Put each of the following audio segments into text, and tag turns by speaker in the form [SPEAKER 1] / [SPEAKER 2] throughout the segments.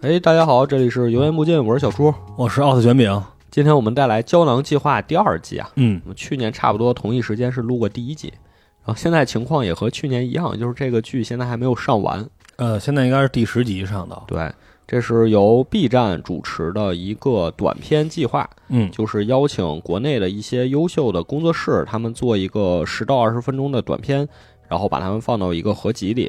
[SPEAKER 1] 哎，大家好，这里是油盐不进，我是小朱。
[SPEAKER 2] 我是奥特卷饼。
[SPEAKER 1] 今天我们带来《胶囊计划》第二季啊，
[SPEAKER 2] 嗯
[SPEAKER 1] 我们去年差不多同一时间是录过第一季，然后现在情况也和去年一样，就是这个剧现在还没有上完。
[SPEAKER 2] 呃，现在应该是第十集上的。
[SPEAKER 1] 对，这是由 B 站主持的一个短片计划，
[SPEAKER 2] 嗯
[SPEAKER 1] 就是邀请国内的一些优秀的工作室，他们做一个十到二十分钟的短片，然后把它们放到一个合集里，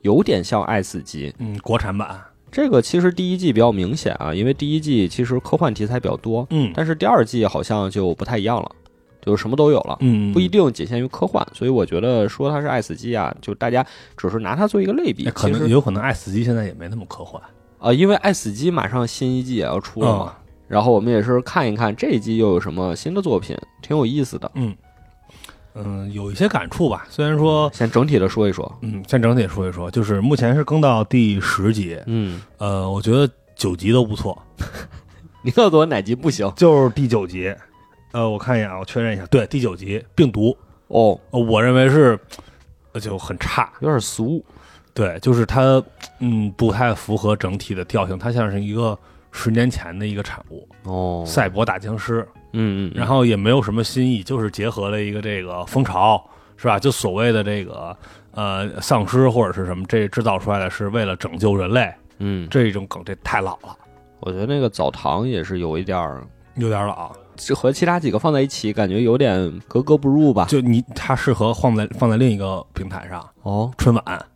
[SPEAKER 1] 有点像爱死集，
[SPEAKER 2] 嗯，国产版。
[SPEAKER 1] 这个其实第一季比较明显啊，因为第一季其实科幻题材比较多，
[SPEAKER 2] 嗯
[SPEAKER 1] 但是第二季好像就不太一样了，就什么都有了，
[SPEAKER 2] 嗯，
[SPEAKER 1] 不一定仅限于科幻。所以我觉得说它是爱死机啊，就大家只是拿它做一个类比
[SPEAKER 2] 哎。可
[SPEAKER 1] 其
[SPEAKER 2] 能
[SPEAKER 1] 实
[SPEAKER 2] 有可能爱死机现在也没那么科幻。
[SPEAKER 1] 啊、因为爱死机马上新一季也要出了嘛，
[SPEAKER 2] 嗯
[SPEAKER 1] 然后我们也是看一看这一季又有什么新的作品，挺有意思的。
[SPEAKER 2] 嗯，有一些感触吧。虽然说，
[SPEAKER 1] 先整体的说一说，
[SPEAKER 2] 嗯，先整体说一说，就是目前是更到第十集。
[SPEAKER 1] 嗯，
[SPEAKER 2] 呃，我觉得九集都不错，
[SPEAKER 1] 你告诉我哪集不行
[SPEAKER 2] 就是第九集。呃，我看一眼啊，我确认一下，对，第九集病毒，
[SPEAKER 1] 哦，
[SPEAKER 2] 呃我认为是呃就很差。
[SPEAKER 1] 有点俗，
[SPEAKER 2] 对，就是它，嗯，不太符合整体的调性，它像是一个十年前的一个产物，
[SPEAKER 1] 哦，
[SPEAKER 2] 赛博打僵尸，
[SPEAKER 1] 嗯嗯，
[SPEAKER 2] 然
[SPEAKER 1] 后
[SPEAKER 2] 后也没有什么新意，就是结合了一个这个风潮，是吧？就所谓的这个呃丧尸或者是什么，这制造出来的是为了拯救人类
[SPEAKER 1] 嗯，
[SPEAKER 2] 这种梗，这太老了，
[SPEAKER 1] 我觉得那个澡堂也是有一点儿。
[SPEAKER 2] 有点老。啊
[SPEAKER 1] 这和其他几个放在一起，感觉有点格格不入吧？
[SPEAKER 2] 就你它适合放在放在另一个平台上，
[SPEAKER 1] 哦，
[SPEAKER 2] 春晚。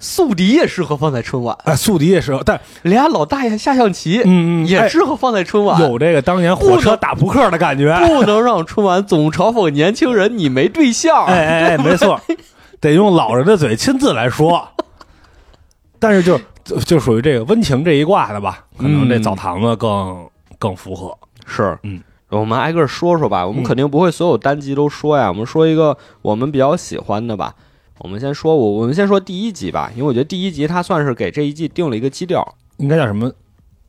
[SPEAKER 1] 宿敌也适合放在春晚，
[SPEAKER 2] 哎，宿敌也适合，但
[SPEAKER 1] 俩老大爷下象棋、
[SPEAKER 2] 嗯嗯
[SPEAKER 1] 也
[SPEAKER 2] 哎
[SPEAKER 1] 适合放在春晚。
[SPEAKER 2] 有哎这个当年
[SPEAKER 1] 不
[SPEAKER 2] 火
[SPEAKER 1] 能
[SPEAKER 2] 车打扑克的感觉。
[SPEAKER 1] 不能让春晚总嘲讽年轻人你没对象。
[SPEAKER 2] 哎哎哎，没错，得用老人的嘴亲自来说。但是就就就属于这个温情这一挂的吧，可能这
[SPEAKER 1] 嗯
[SPEAKER 2] 澡堂子更、更符合。
[SPEAKER 1] 是，
[SPEAKER 2] 嗯。
[SPEAKER 1] 我们挨个说说吧，我们
[SPEAKER 2] 嗯
[SPEAKER 1] 肯定不会所有单集都说呀。我们说一个我们比较喜欢的吧。我们先说，我我们先说第一集吧，因为我觉得第一集它算是给这一季定了一个基调。
[SPEAKER 2] 应该叫什么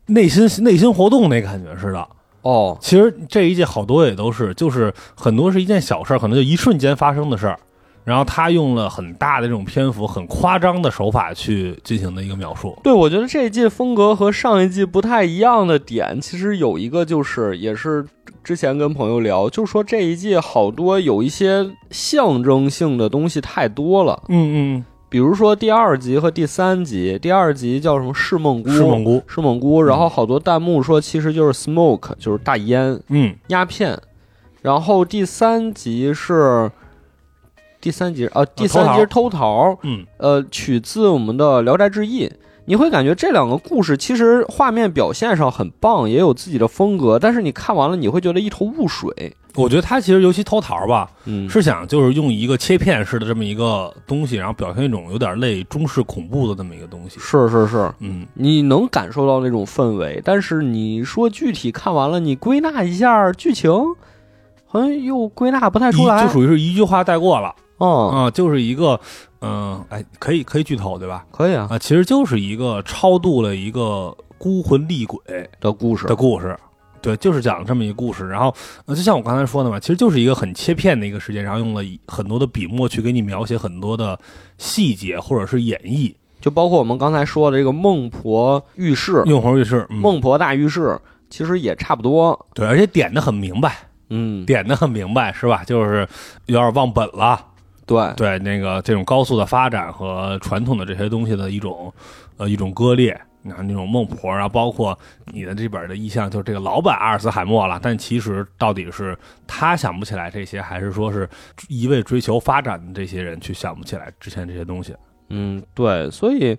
[SPEAKER 2] 内心内心活动那感觉似的。
[SPEAKER 1] 哦，
[SPEAKER 2] 其实这一届好多也都是，就是很多是一件小事儿，可能就一瞬间发生的事儿，然后他用了很大的这种篇幅、很夸张的手法去进行的一个描述。
[SPEAKER 1] 对，我觉得这一季风格和上一季不太一样的点，其实有一个就是，也是之前跟朋友聊，就说这一季好多有一些象征性的东西太多了，
[SPEAKER 2] 嗯
[SPEAKER 1] 比如说第二集和第三集，第二集叫什么释梦菇，嗯
[SPEAKER 2] 是蒙古。
[SPEAKER 1] 释梦菇，然后好多弹幕说其实就是 smoke，就是大烟
[SPEAKER 2] 嗯，
[SPEAKER 1] 鸦片，然后第三集是。第三集啊，第三集是偷桃，
[SPEAKER 2] 嗯，
[SPEAKER 1] 呃，取自我们的《聊斋志异》，你会感觉这两个故事其实画面表现上很棒，也有自己的风格，但是你看完了你会觉得一头雾水。
[SPEAKER 2] 我觉得他其实尤其偷桃吧，
[SPEAKER 1] 嗯，
[SPEAKER 2] 是想就是用一个切片式的这么一个东西，然后表现一种有点类中式恐怖的这么一个东西。
[SPEAKER 1] 是是是，
[SPEAKER 2] 嗯，
[SPEAKER 1] 你能感受到那种氛围，但是你说具体看完了，你归纳一下剧情，好像又归纳不太
[SPEAKER 2] 一
[SPEAKER 1] 出来。
[SPEAKER 2] 就属于是一句话带过了
[SPEAKER 1] 嗯，
[SPEAKER 2] 啊、就是一个，嗯、哎，可以可以剧透对吧？
[SPEAKER 1] 可以啊
[SPEAKER 2] 啊，其实就是一个超度了一个孤魂厉鬼
[SPEAKER 1] 的故事
[SPEAKER 2] 的。故事。对，就是讲这么一个故事，然后，呃，就像我刚才说的嘛，其实就是一个很切片的一个时间，然后用了一很多的笔墨去给你描写很多的细节或者是演绎。
[SPEAKER 1] 就包括我们刚才说的这个孟婆浴室、
[SPEAKER 2] 用红浴室，嗯、
[SPEAKER 1] 孟婆大浴室，其实也差不多。
[SPEAKER 2] 对，而且点的很明白，
[SPEAKER 1] 嗯，
[SPEAKER 2] 点的很明白，是吧？就是有点忘本了。
[SPEAKER 1] 对，
[SPEAKER 2] 对，那个这种高速的发展和传统的这些东西的一种，呃，一种割裂。然后那种孟婆，然后包括你的这本的意向，就是这个老版阿尔茨海默了。但其实到底是他想不起来这些，还是说是一味追求发展的这些人去想不起来之前这些东西？
[SPEAKER 1] 嗯，对，所以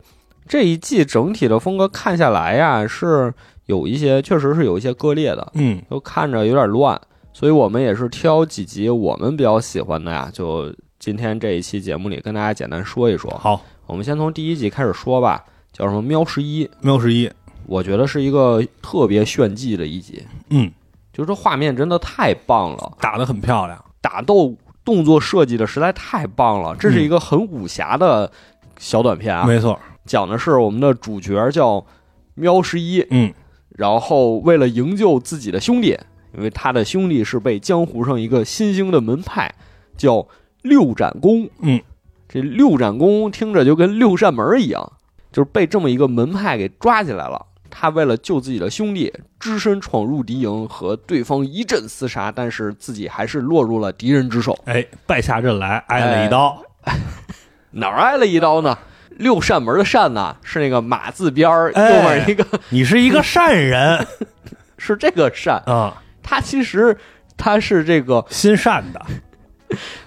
[SPEAKER 1] 这一季整体的风格看下来呀，是有一些确实是有一些割裂的，
[SPEAKER 2] 嗯，
[SPEAKER 1] 都看着有点乱，所以我们也是挑几集我们比较喜欢的呀，就今天这一期节目里跟大家简单说一说。
[SPEAKER 2] 好，
[SPEAKER 1] 我们先从第一集开始说吧，叫什么《喵十一》，
[SPEAKER 2] 六十一，
[SPEAKER 1] 我觉得是一个特别炫技的一集，
[SPEAKER 2] 嗯，
[SPEAKER 1] 就是这画面真的太棒了，
[SPEAKER 2] 打得很漂亮。
[SPEAKER 1] 打斗动作设计的实在太棒了，这是一个很武侠的小短片啊，
[SPEAKER 2] 嗯没错，
[SPEAKER 1] 讲的是我们的主角叫喵十一，
[SPEAKER 2] 嗯，
[SPEAKER 1] 然后为了营救自己的兄弟，因为他的兄弟是被江湖上一个新兴的门派叫六盏宫，
[SPEAKER 2] 嗯，
[SPEAKER 1] 这六盏宫听着就跟六扇门一样，就是被这么一个门派给抓起来了。他为了救自己的兄弟，只身闯入敌营，和对方一阵厮杀，但是自己还是落入了敌人之手。
[SPEAKER 2] 哎，败下阵来，挨了一刀。
[SPEAKER 1] 哪儿挨了一刀呢？六扇门的扇呢，是那个马字边儿
[SPEAKER 2] 哎
[SPEAKER 1] 右面一个，
[SPEAKER 2] 你是一个善人
[SPEAKER 1] 是这个扇。
[SPEAKER 2] 啊，
[SPEAKER 1] 它其实它是这个，
[SPEAKER 2] 心善的，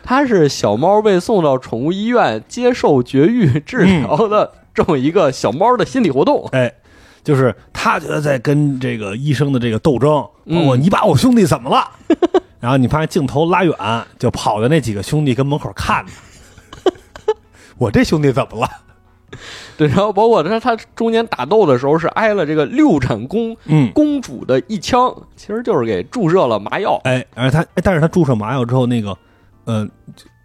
[SPEAKER 1] 它是小猫被送到宠物医院接受绝育治
[SPEAKER 2] 嗯
[SPEAKER 1] 疗的这么一个小猫的心理活动。
[SPEAKER 2] 哎，就是他觉得在跟这个医生的这个斗争，
[SPEAKER 1] 嗯
[SPEAKER 2] 包括你把我兄弟怎么了？ 然后你发现镜头拉远，就跑的那几个兄弟跟门口看呢， 我这兄弟怎么了？
[SPEAKER 1] 对，然后包括它它中间打斗的时候是挨了这个六盏宫
[SPEAKER 2] 嗯，
[SPEAKER 1] 公主的一枪，其实就是给注射了麻药。
[SPEAKER 2] 哎，而他，哎但是他注射麻药之后，那个，呃，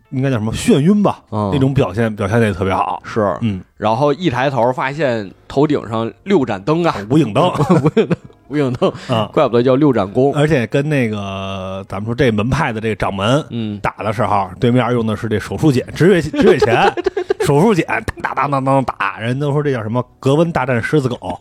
[SPEAKER 2] 应该叫什么眩晕吧？
[SPEAKER 1] 嗯
[SPEAKER 2] 那种表现表现的也特别好。
[SPEAKER 1] 是，
[SPEAKER 2] 嗯，
[SPEAKER 1] 然后一抬头发现头顶上六盏灯啊，
[SPEAKER 2] 无影灯
[SPEAKER 1] 无影灯，
[SPEAKER 2] 啊，
[SPEAKER 1] 怪不得叫六盏宫。
[SPEAKER 2] 而且跟那个咱们说这门派的这个掌门
[SPEAKER 1] 嗯，
[SPEAKER 2] 打的时候，对面用的是这手术锏、止血止血钳、手术锏，当当当当打，人都说这叫什么格温大战狮子狗，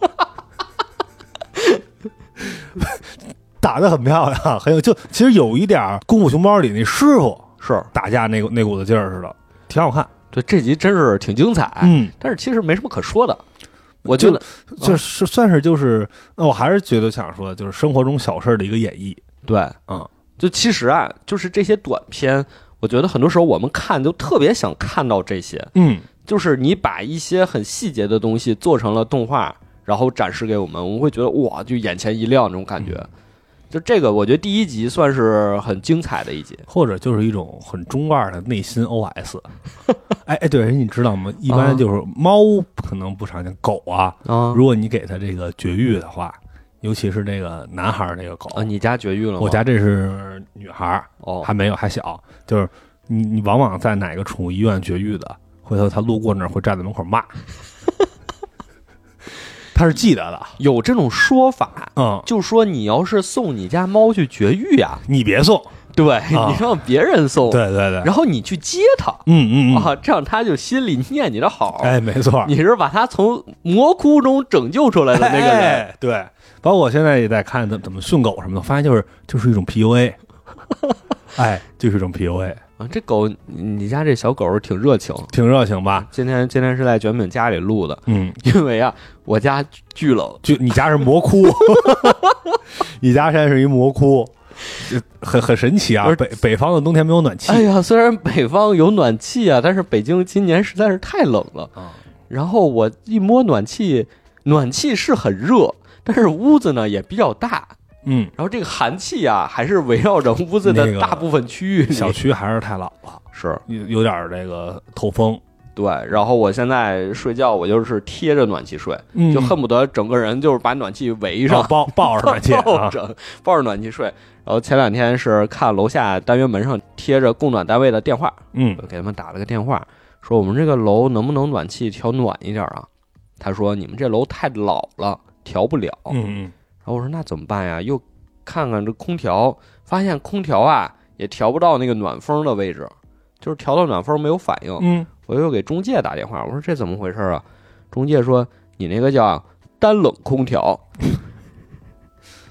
[SPEAKER 2] 打的很漂亮，很有就其实有一点儿《功夫熊猫》里那师傅
[SPEAKER 1] 是
[SPEAKER 2] 打架那股那股子劲儿似的，挺好看。
[SPEAKER 1] 对这集真是挺精彩，
[SPEAKER 2] 嗯，
[SPEAKER 1] 但是其实没什么可说的。我觉得
[SPEAKER 2] 就是算是就是，那我还是觉得想说，就是生活中小事儿的一个演绎。
[SPEAKER 1] 对，
[SPEAKER 2] 嗯，
[SPEAKER 1] 就其实啊，就是这些短片，我觉得很多时候我们看都特别想看到这些，
[SPEAKER 2] 嗯，
[SPEAKER 1] 就是你把一些很细节的东西做成了动画，然后展示给我们，我们会觉得哇，就眼前一亮那种感觉。
[SPEAKER 2] 嗯
[SPEAKER 1] 就这个，我觉得第一集算是很精彩的一集。
[SPEAKER 2] 或者就是一种很中二的内心 OS。哎哎，对，你知道吗？一般就是猫可能不常见，狗啊，
[SPEAKER 1] 啊
[SPEAKER 2] 如果你给它这个绝育的话，尤其是这个男孩儿这个狗，
[SPEAKER 1] 啊，你家绝育了吗？
[SPEAKER 2] 我家这是女孩儿，
[SPEAKER 1] 哦，
[SPEAKER 2] 还没有还小，就是你你往往在哪个宠物医院绝育的，回头它路过那儿会站在门 口骂。他是记得的，
[SPEAKER 1] 有这种说法，
[SPEAKER 2] 嗯，
[SPEAKER 1] 就说你要是送你家猫去绝育啊，
[SPEAKER 2] 你别送，
[SPEAKER 1] 对、你让别人送，
[SPEAKER 2] 啊对对对，
[SPEAKER 1] 哦然后你去接它
[SPEAKER 2] 嗯嗯嗯，
[SPEAKER 1] 啊，这样它就心里念你的好。
[SPEAKER 2] 哎，没错，
[SPEAKER 1] 你是把它从魔窟中拯救出来的那个人，
[SPEAKER 2] 哎对，包括我现在也在看怎怎么训狗什么的，发现就是就是一种 PUA，哎，就是一种 PUA，
[SPEAKER 1] 啊，这狗，你家这小狗挺热情。
[SPEAKER 2] 挺热情吧？
[SPEAKER 1] 今天今天是在卷饼家里录的，
[SPEAKER 2] 嗯，
[SPEAKER 1] 因为啊，我家巨冷，
[SPEAKER 2] 就你家是魔窟， 你家现在是一魔窟，就很很神奇
[SPEAKER 1] 不
[SPEAKER 2] 啊
[SPEAKER 1] 是！
[SPEAKER 2] 北北方的冬天没有暖气
[SPEAKER 1] 哎呀，虽然北方有暖气啊，但是北京今年实在是太冷了。
[SPEAKER 2] 啊，
[SPEAKER 1] 然后我一摸暖气，暖气是很热，但是屋子呢也比较大，
[SPEAKER 2] 嗯，
[SPEAKER 1] 然后这个寒气啊还是围绕着屋子
[SPEAKER 2] 那
[SPEAKER 1] 的
[SPEAKER 2] 个
[SPEAKER 1] 大部分区域里。
[SPEAKER 2] 小区还是太冷了，
[SPEAKER 1] 是
[SPEAKER 2] 有有点儿这个透风，
[SPEAKER 1] 对，然后我现在睡觉，我就是贴着暖气睡，
[SPEAKER 2] 嗯
[SPEAKER 1] 就恨不得整个人就是把暖气围上
[SPEAKER 2] 要，抱抱着暖气
[SPEAKER 1] 抱
[SPEAKER 2] 啊，
[SPEAKER 1] 着抱着暖气睡。然后前两天是看楼下单元门上贴着供暖单位的电话，
[SPEAKER 2] 嗯
[SPEAKER 1] 我给他们打了个电话，说我们这个楼能不能暖气调暖一点啊？他说你们这楼太老了，调不了。
[SPEAKER 2] 嗯嗯，
[SPEAKER 1] 然后我说那怎么办呀？又看看这空调，发现空调啊也调不到那个暖风的位置，就是调到暖风没有反应。
[SPEAKER 2] 嗯，
[SPEAKER 1] 我又给中介打电话，我说这怎么回事啊？中介说你那个叫单冷空调，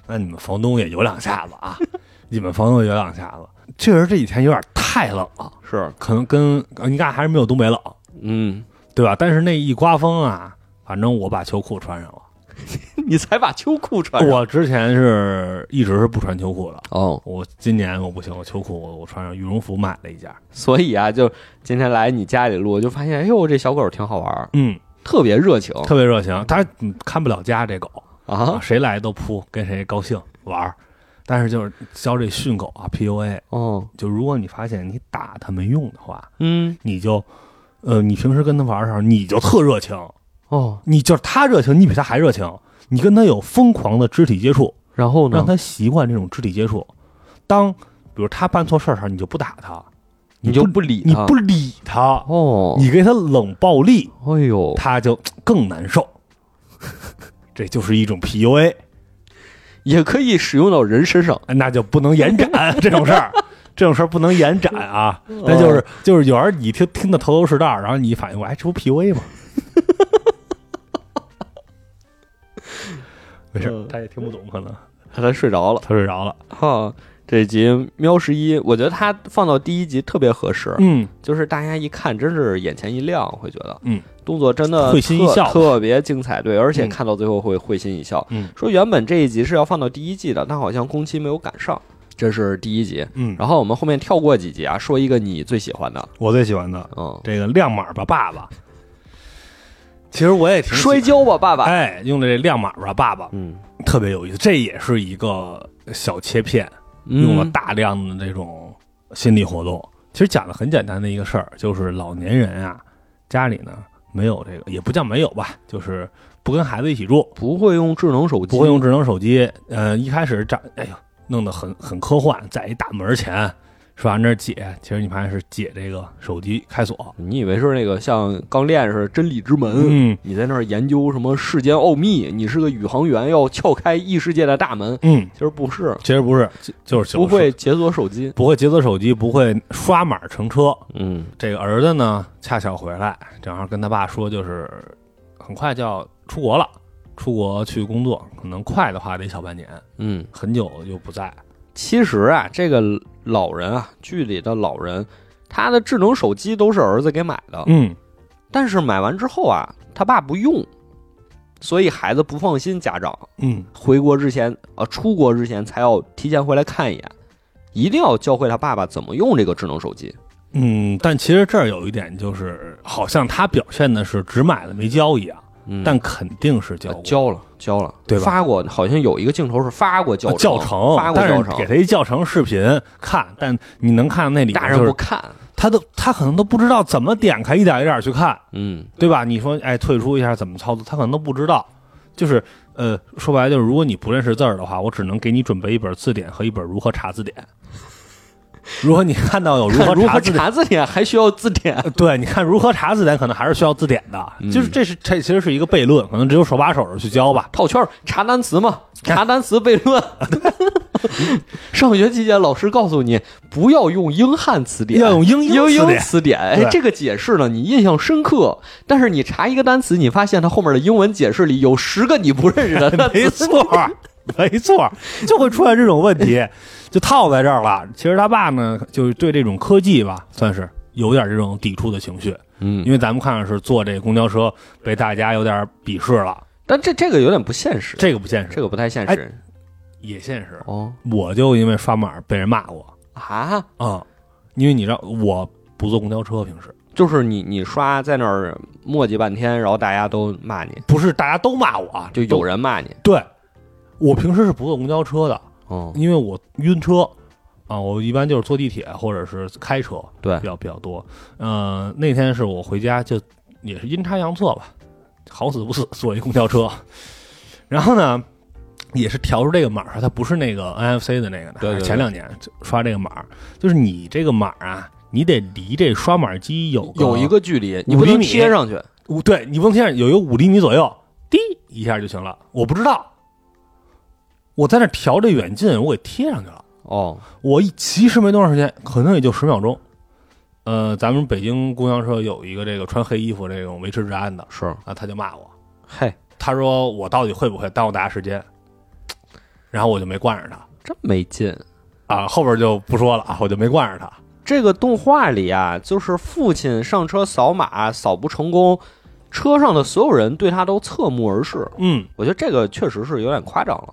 [SPEAKER 2] 那你们房东也有两下子啊， 你们房东也有两下子。确实这几天有点太冷了，
[SPEAKER 1] 是
[SPEAKER 2] 可能跟呃你看还是没有东北冷，
[SPEAKER 1] 嗯，
[SPEAKER 2] 对吧？但是那一刮风啊，反正我把秋裤穿上了。
[SPEAKER 1] 你才把秋裤穿上。
[SPEAKER 2] 我之前是一直是不穿秋裤的，
[SPEAKER 1] 哦，
[SPEAKER 2] 我今年我不行，我秋裤我我穿上羽绒服买了一件，
[SPEAKER 1] 所以啊，就今天来你家里录，我就发现，哎呦，这小狗挺好玩儿，
[SPEAKER 2] 嗯，
[SPEAKER 1] 特别热情
[SPEAKER 2] 特别热情。它嗯看不了家这狗，
[SPEAKER 1] 哦啊。
[SPEAKER 2] 谁来都扑，跟谁高兴玩儿。但是就是教这训狗啊，PUA，
[SPEAKER 1] 哦，
[SPEAKER 2] 就如果你发现你打它没用的话，
[SPEAKER 1] 嗯，
[SPEAKER 2] 你就，呃，你平时跟他玩的时候，你就特热情，
[SPEAKER 1] 哦，
[SPEAKER 2] 你就是他热情，你比他还热情，你跟他有疯狂的肢体接触，
[SPEAKER 1] 然后呢？
[SPEAKER 2] 让他习惯这种肢体接触。当比如他办错事儿的时候，你就不打他，
[SPEAKER 1] 你
[SPEAKER 2] 你
[SPEAKER 1] 就
[SPEAKER 2] 不
[SPEAKER 1] 不理
[SPEAKER 2] 你
[SPEAKER 1] 它
[SPEAKER 2] 不理他，
[SPEAKER 1] 哦，
[SPEAKER 2] 你给他冷暴力，
[SPEAKER 1] 哎呦，
[SPEAKER 2] 他就更难受。 这就是一种 PUA，
[SPEAKER 1] 也可以使用到人身上。
[SPEAKER 2] 那就不能延 展这种事儿。这种事儿不能延展啊，那就是就是有人你听听得头头是道儿，然后你反应过来，哎，这不 PUA 吗？没事
[SPEAKER 1] 嗯，
[SPEAKER 2] 他也听不懂，可能
[SPEAKER 1] 他睡着了
[SPEAKER 2] 他睡着了。
[SPEAKER 1] 哈。这集喵十一，我觉得它放到第一集特别合适，
[SPEAKER 2] 嗯，
[SPEAKER 1] 就是大家一看真是眼前一亮，会觉得，
[SPEAKER 2] 嗯，
[SPEAKER 1] 动作真的
[SPEAKER 2] 会心一
[SPEAKER 1] 特
[SPEAKER 2] 笑
[SPEAKER 1] 特别精彩，对，而且
[SPEAKER 2] 嗯
[SPEAKER 1] 看到最后会会心一笑。
[SPEAKER 2] 嗯
[SPEAKER 1] 说原本这一集是要放到第一季的，但好像工期没有赶上，这是第一集。
[SPEAKER 2] 嗯，
[SPEAKER 1] 然后我们后面跳过几集啊，说一个你最喜欢的，
[SPEAKER 2] 我最喜欢的
[SPEAKER 1] 嗯，
[SPEAKER 2] 这个亮马吧爸爸，其实我也挺喜
[SPEAKER 1] 摔跤吧，爸爸，
[SPEAKER 2] 哎，用的这亮马吧爸爸
[SPEAKER 1] 嗯，
[SPEAKER 2] 特别有意思，这也是一个小切片，用了
[SPEAKER 1] 嗯
[SPEAKER 2] 大量的这种心理活动。其实讲的很简单的一个事儿，就是老年人啊，家里呢没有这个，也不叫没有吧，就是不跟孩子一起住，
[SPEAKER 1] 不会用智能手机，
[SPEAKER 2] 不会用智能手机。呃，一开始长，哎呦，弄得很很科幻，在一大门前是吧？那儿解，其实你发现是解这个手机开锁。
[SPEAKER 1] 你以为是那个像钢链似的真理之门？
[SPEAKER 2] 嗯
[SPEAKER 1] 你在那儿研究什么世间奥秘？你是个宇航员，要撬开异世界的大门？
[SPEAKER 2] 嗯，
[SPEAKER 1] 其实不是，
[SPEAKER 2] 其实不是，就就是
[SPEAKER 1] 不会解锁手机。
[SPEAKER 2] 不会解锁手机，不会刷码乘车。
[SPEAKER 1] 嗯
[SPEAKER 2] 这个儿子呢，恰巧回来，正好跟他爸说，就是很快就要出国了，出国去工作，可能快的话得小半年，
[SPEAKER 1] 嗯，
[SPEAKER 2] 很久就不在。
[SPEAKER 1] 其实啊，这个老人啊，剧里的老人，他的智能手机都是儿子给买的，
[SPEAKER 2] 嗯，
[SPEAKER 1] 但是买完之后啊，他爸不用，所以孩子不放心家长。
[SPEAKER 2] 嗯，
[SPEAKER 1] 回国之前，呃，出国之前才要提前回来看一眼，一定要教会他爸爸怎么用这个智能手机。
[SPEAKER 2] 嗯，但其实这儿有一点就是，好像他表现的是只买了没交一样，
[SPEAKER 1] 嗯
[SPEAKER 2] 但肯定是交
[SPEAKER 1] 呃
[SPEAKER 2] 过、
[SPEAKER 1] 交了，交了，
[SPEAKER 2] 对吧
[SPEAKER 1] 发过，好像有一个镜头是发过教
[SPEAKER 2] 呃教
[SPEAKER 1] 程，发过
[SPEAKER 2] 但
[SPEAKER 1] 教
[SPEAKER 2] 是
[SPEAKER 1] 程，
[SPEAKER 2] 给他一教程视频看，但你能看到那里
[SPEAKER 1] 大
[SPEAKER 2] 面
[SPEAKER 1] 人
[SPEAKER 2] 就
[SPEAKER 1] 不
[SPEAKER 2] 是
[SPEAKER 1] 看，
[SPEAKER 2] 他都他可能都不知道怎么点开，一点一点去看。
[SPEAKER 1] 嗯
[SPEAKER 2] 对吧？你说，哎，退出一下怎么操作，他可能都不知道。就是，呃，说白了就是，如果你不认识字儿的话，我只能给你准备一本字典和一本如何查字典。如果你看到有如何
[SPEAKER 1] 看如
[SPEAKER 2] 查
[SPEAKER 1] 何
[SPEAKER 2] 字典，
[SPEAKER 1] 查字典还需要字典，
[SPEAKER 2] 呃对，你看如何查字典，可能还是需要字典的。
[SPEAKER 1] 嗯
[SPEAKER 2] 就是这是这其实是一个悖论，可能只有手把手的去 教吧。
[SPEAKER 1] 套圈儿查单词 嘛，查单词悖论。 上学期间，老师告诉你不要用英汉词典，
[SPEAKER 2] 要用英英
[SPEAKER 1] 英
[SPEAKER 2] 词典
[SPEAKER 1] 词典。哎，
[SPEAKER 2] 对
[SPEAKER 1] 这个解释呢，你印象深刻，但是你查一个单词，你发现它后面的英文解释里有十个你不认识的 单
[SPEAKER 2] 没
[SPEAKER 1] 词。
[SPEAKER 2] 错儿，没错儿，就会出现这种问题， 就套在这儿了。其实他爸呢，就是对这种科技吧，算是有点这种抵触的情绪。
[SPEAKER 1] 嗯，
[SPEAKER 2] 因为咱们看的是坐这公交车被大家有点鄙视了，
[SPEAKER 1] 但这这个有点不现实，
[SPEAKER 2] 这个不现实，
[SPEAKER 1] 这哎个不太现实。
[SPEAKER 2] 也现实。
[SPEAKER 1] 哦
[SPEAKER 2] 我就因为刷码被人骂过
[SPEAKER 1] 啊，
[SPEAKER 2] 啊、因为你知道我不坐公交车，平时
[SPEAKER 1] 就是你你刷在那儿磨叽半天，然后大家都骂你，
[SPEAKER 2] 不是大家都骂我啊，
[SPEAKER 1] 就有
[SPEAKER 2] 人
[SPEAKER 1] 人骂你。
[SPEAKER 2] 对我平时是不坐公交车的，
[SPEAKER 1] 哦，
[SPEAKER 2] 因为我晕车啊，我一般就是坐地铁或者是开车
[SPEAKER 1] 对
[SPEAKER 2] 比，较比较多。嗯、那天是我回家就也是阴差阳错吧，好死不死坐一公交车，然后呢也是调出这个码儿，它不是那个 NFC 的那个的，
[SPEAKER 1] 对对对
[SPEAKER 2] 前两年就刷这个码儿，就是你这个码儿啊，你得离这刷码机有
[SPEAKER 1] 有一
[SPEAKER 2] 个
[SPEAKER 1] 个距离，你不能
[SPEAKER 2] 五厘米
[SPEAKER 1] 贴上去。
[SPEAKER 2] 五，对你不能贴上有一个五厘米左右，滴一下就行了。我不知道，我在那调这远近，我给贴上去了。
[SPEAKER 1] 哦，
[SPEAKER 2] 我一其实没多长时间，可能也就十秒钟。呃，咱们北京公交车有一个这个穿黑衣服这种维持治安的
[SPEAKER 1] 是，
[SPEAKER 2] 啊，他就骂我，
[SPEAKER 1] 嘿。
[SPEAKER 2] 他说我到底会不会耽误大家时间，然后我就没惯着他
[SPEAKER 1] 真没劲。
[SPEAKER 2] 啊，后边就不说了啊，我就没惯着他。
[SPEAKER 1] 这个动画里啊，就是父亲上车扫码扫不成功，车上的所有人对他都侧目而视。
[SPEAKER 2] 嗯
[SPEAKER 1] 我觉得这个确实是有点夸张了，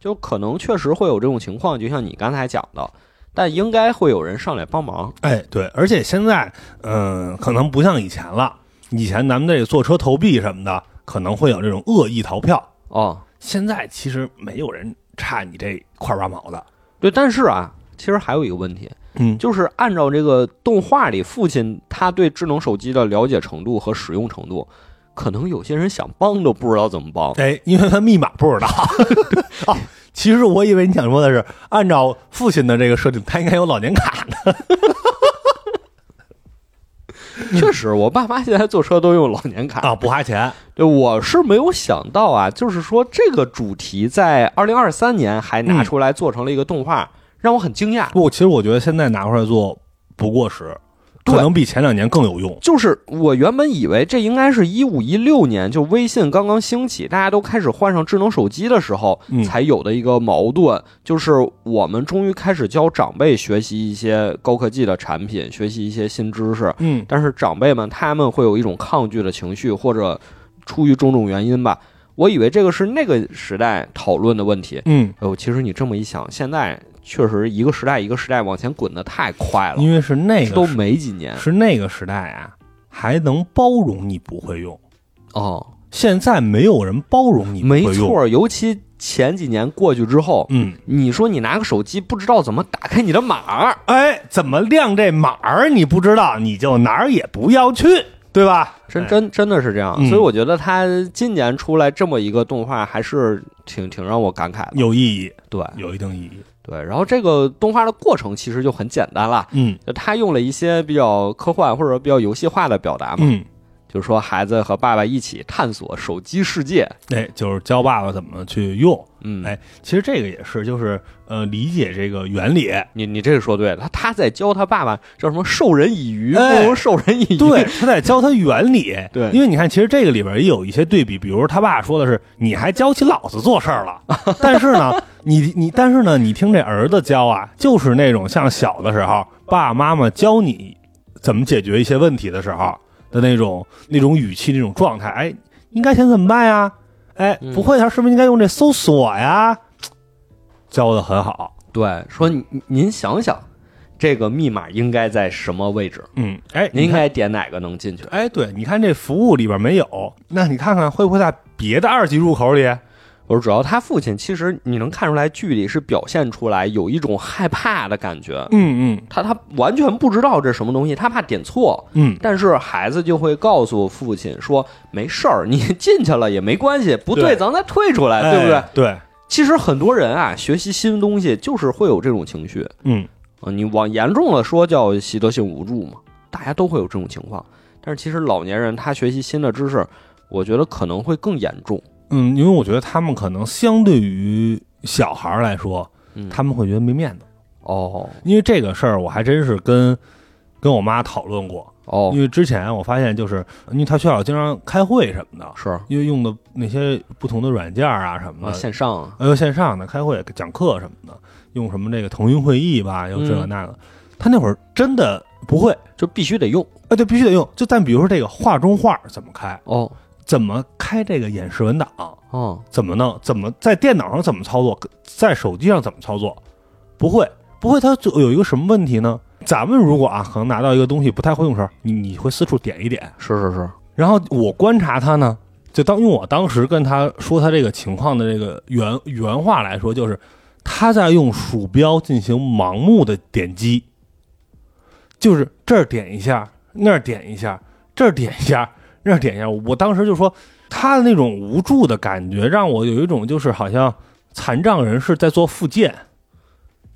[SPEAKER 1] 就可能确实会有这种情况，就像你刚才讲的，但应该会有人上来帮忙。
[SPEAKER 2] 哎，对，而且现在，嗯、可能不像以前了，以前咱们这个坐车投币什么的，可能会有这种恶意逃票，
[SPEAKER 1] 哦，
[SPEAKER 2] 现在其实没有人差你这块八毛的。
[SPEAKER 1] 对，但是啊，其实还有一个问题，
[SPEAKER 2] 嗯
[SPEAKER 1] 就是按照这个动画里父亲他对智能手机的了解程度和使用程度，可能有些人想帮都不知道怎么帮。
[SPEAKER 2] 哎，因为他密码不知道。 哦，其实我以为你想说的是，按照父亲的这个设定，他应该有老年卡呢。
[SPEAKER 1] 确实，我爸妈现在坐车都用老年卡
[SPEAKER 2] 啊，不花钱。
[SPEAKER 1] 对，我是没有想到啊，就是说这个主题在二零二三年还拿出来做成了一个动画，让我很惊讶。
[SPEAKER 2] 不，其实我觉得现在拿出来做不过时。
[SPEAKER 1] 对
[SPEAKER 2] 可能比前两年更有用。
[SPEAKER 1] 就是我原本以为这应该是一五一六年，就微信刚刚兴起，大家都开始换上智能手机的时候
[SPEAKER 2] 嗯
[SPEAKER 1] 才有的一个矛盾，就是我们终于开始教长辈学习一些高科技的产品，学习一些新知识，
[SPEAKER 2] 嗯
[SPEAKER 1] 但是长辈们他们会有一种抗拒的情绪，或者出于种种原因吧。我以为这个是那个时代讨论的问题。
[SPEAKER 2] 嗯，
[SPEAKER 1] 哎呦，其实你这么一想，现在确实一个时代一个时代往前滚的太快了，
[SPEAKER 2] 因为是那个
[SPEAKER 1] 都
[SPEAKER 2] 时
[SPEAKER 1] 没几年
[SPEAKER 2] 是那个时代啊，还能包容你不会用，
[SPEAKER 1] 哦。
[SPEAKER 2] 现在没有人包容你不会
[SPEAKER 1] 没
[SPEAKER 2] 用。
[SPEAKER 1] 错，尤其前几年过去之后，
[SPEAKER 2] 嗯，
[SPEAKER 1] 你说你拿个手机不知道怎么打开你的码儿，
[SPEAKER 2] 哎，怎么亮这码儿你不知道，你就哪儿也不要去，对吧？
[SPEAKER 1] 真
[SPEAKER 2] 哎
[SPEAKER 1] 真真的是这样。
[SPEAKER 2] 嗯
[SPEAKER 1] 所以我觉得他今年出来这么一个动画，还是挺挺让我感慨的。
[SPEAKER 2] 有意义，
[SPEAKER 1] 对
[SPEAKER 2] 有一定意义。
[SPEAKER 1] 对，然后这个动画的过程其实就很简单啦，
[SPEAKER 2] 嗯
[SPEAKER 1] 就他用了一些比较科幻或者比较游戏化的表达嘛，
[SPEAKER 2] 嗯，
[SPEAKER 1] 就是说孩子和爸爸一起探索手机世界。
[SPEAKER 2] 哎，就是教爸爸怎么去用。
[SPEAKER 1] 嗯，
[SPEAKER 2] 哎，其实这个也是，就是呃，理解这个原理。
[SPEAKER 1] 你你这个说对了，他他在教他爸爸叫什么授人以鱼，
[SPEAKER 2] 哎
[SPEAKER 1] 不如授人以渔。
[SPEAKER 2] 对，他在教他原理。
[SPEAKER 1] 对
[SPEAKER 2] 因为你看，其实这个里边也有一些对比，比如他爸说的是“你还教起老子做事儿 了”，但是呢，你你但是呢，你听这儿子教啊，就是那种像小的时候爸爸妈妈教你怎么解决一些问题的时候的那种那种语气、那种状态。哎，应该先怎么办呀？哎，
[SPEAKER 1] 嗯
[SPEAKER 2] 不会的话是不是应该用这搜索呀？教的很好。
[SPEAKER 1] 对，说您您想想，这个密码应该在什么位置？
[SPEAKER 2] 嗯，哎，
[SPEAKER 1] 您
[SPEAKER 2] 你
[SPEAKER 1] 应
[SPEAKER 2] 看
[SPEAKER 1] 该点哪个能进去？
[SPEAKER 2] 哎，对，你看这服务里边没有，那你看看会不会在别的二级入口里？
[SPEAKER 1] 我说，主要他父亲其实你能看出来，剧里是表现出来有一种害怕的感觉。
[SPEAKER 2] 嗯嗯
[SPEAKER 1] 他他完全不知道这什么东西，他怕点错，
[SPEAKER 2] 嗯，
[SPEAKER 1] 但是孩子就会告诉父亲说：“没事儿，你进去了也没关系，不对
[SPEAKER 2] 对
[SPEAKER 1] 咱再退出来，对不对
[SPEAKER 2] 哎？”对，
[SPEAKER 1] 其实很多人啊，学习新东西就是会有这种情绪。
[SPEAKER 2] 嗯
[SPEAKER 1] 啊，你往严重了说叫习得性无助嘛，大家都会有这种情况。但是其实老年人他学习新的知识，我觉得可能会更严重。
[SPEAKER 2] 嗯，因为我觉得他们可能相对于小孩儿来说，
[SPEAKER 1] 嗯
[SPEAKER 2] 他们会觉得没面子，
[SPEAKER 1] 哦
[SPEAKER 2] 因为这个事儿我还真是跟跟我妈讨论过，
[SPEAKER 1] 哦
[SPEAKER 2] 因，为之前我发现就是因为他学校经常开会什么的，
[SPEAKER 1] 是啊，
[SPEAKER 2] 因为用的那些不同的软件儿啊什么的，
[SPEAKER 1] 线上啊
[SPEAKER 2] 还有线上的开会、讲课什么的，用什么这个腾讯会议吧，又这个
[SPEAKER 1] 嗯
[SPEAKER 2] 那个，他那会儿真的不会。
[SPEAKER 1] 就必须得用
[SPEAKER 2] 啊，对，必须得用。就但比如说这个画中画怎么开，
[SPEAKER 1] 哦
[SPEAKER 2] 怎么开这个演示文档，
[SPEAKER 1] 哦
[SPEAKER 2] 怎么弄，怎么在电脑上怎么操作，在手机上怎么操作，不会，不会。它就有一个什么问题呢？咱们如果啊，可能拿到一个东西不太会用时候，你你会四处点一点，
[SPEAKER 1] 是是是，
[SPEAKER 2] 然后我观察他呢，就当用我当时跟他说他这个情况的这个原原话来说，就是他在用鼠标进行盲目的点击，就是这儿点一下，那儿点一下，这儿点一下，那儿点一下。我当时就说他的那种无助的感觉，让我有一种就是好像残障人士在做复健。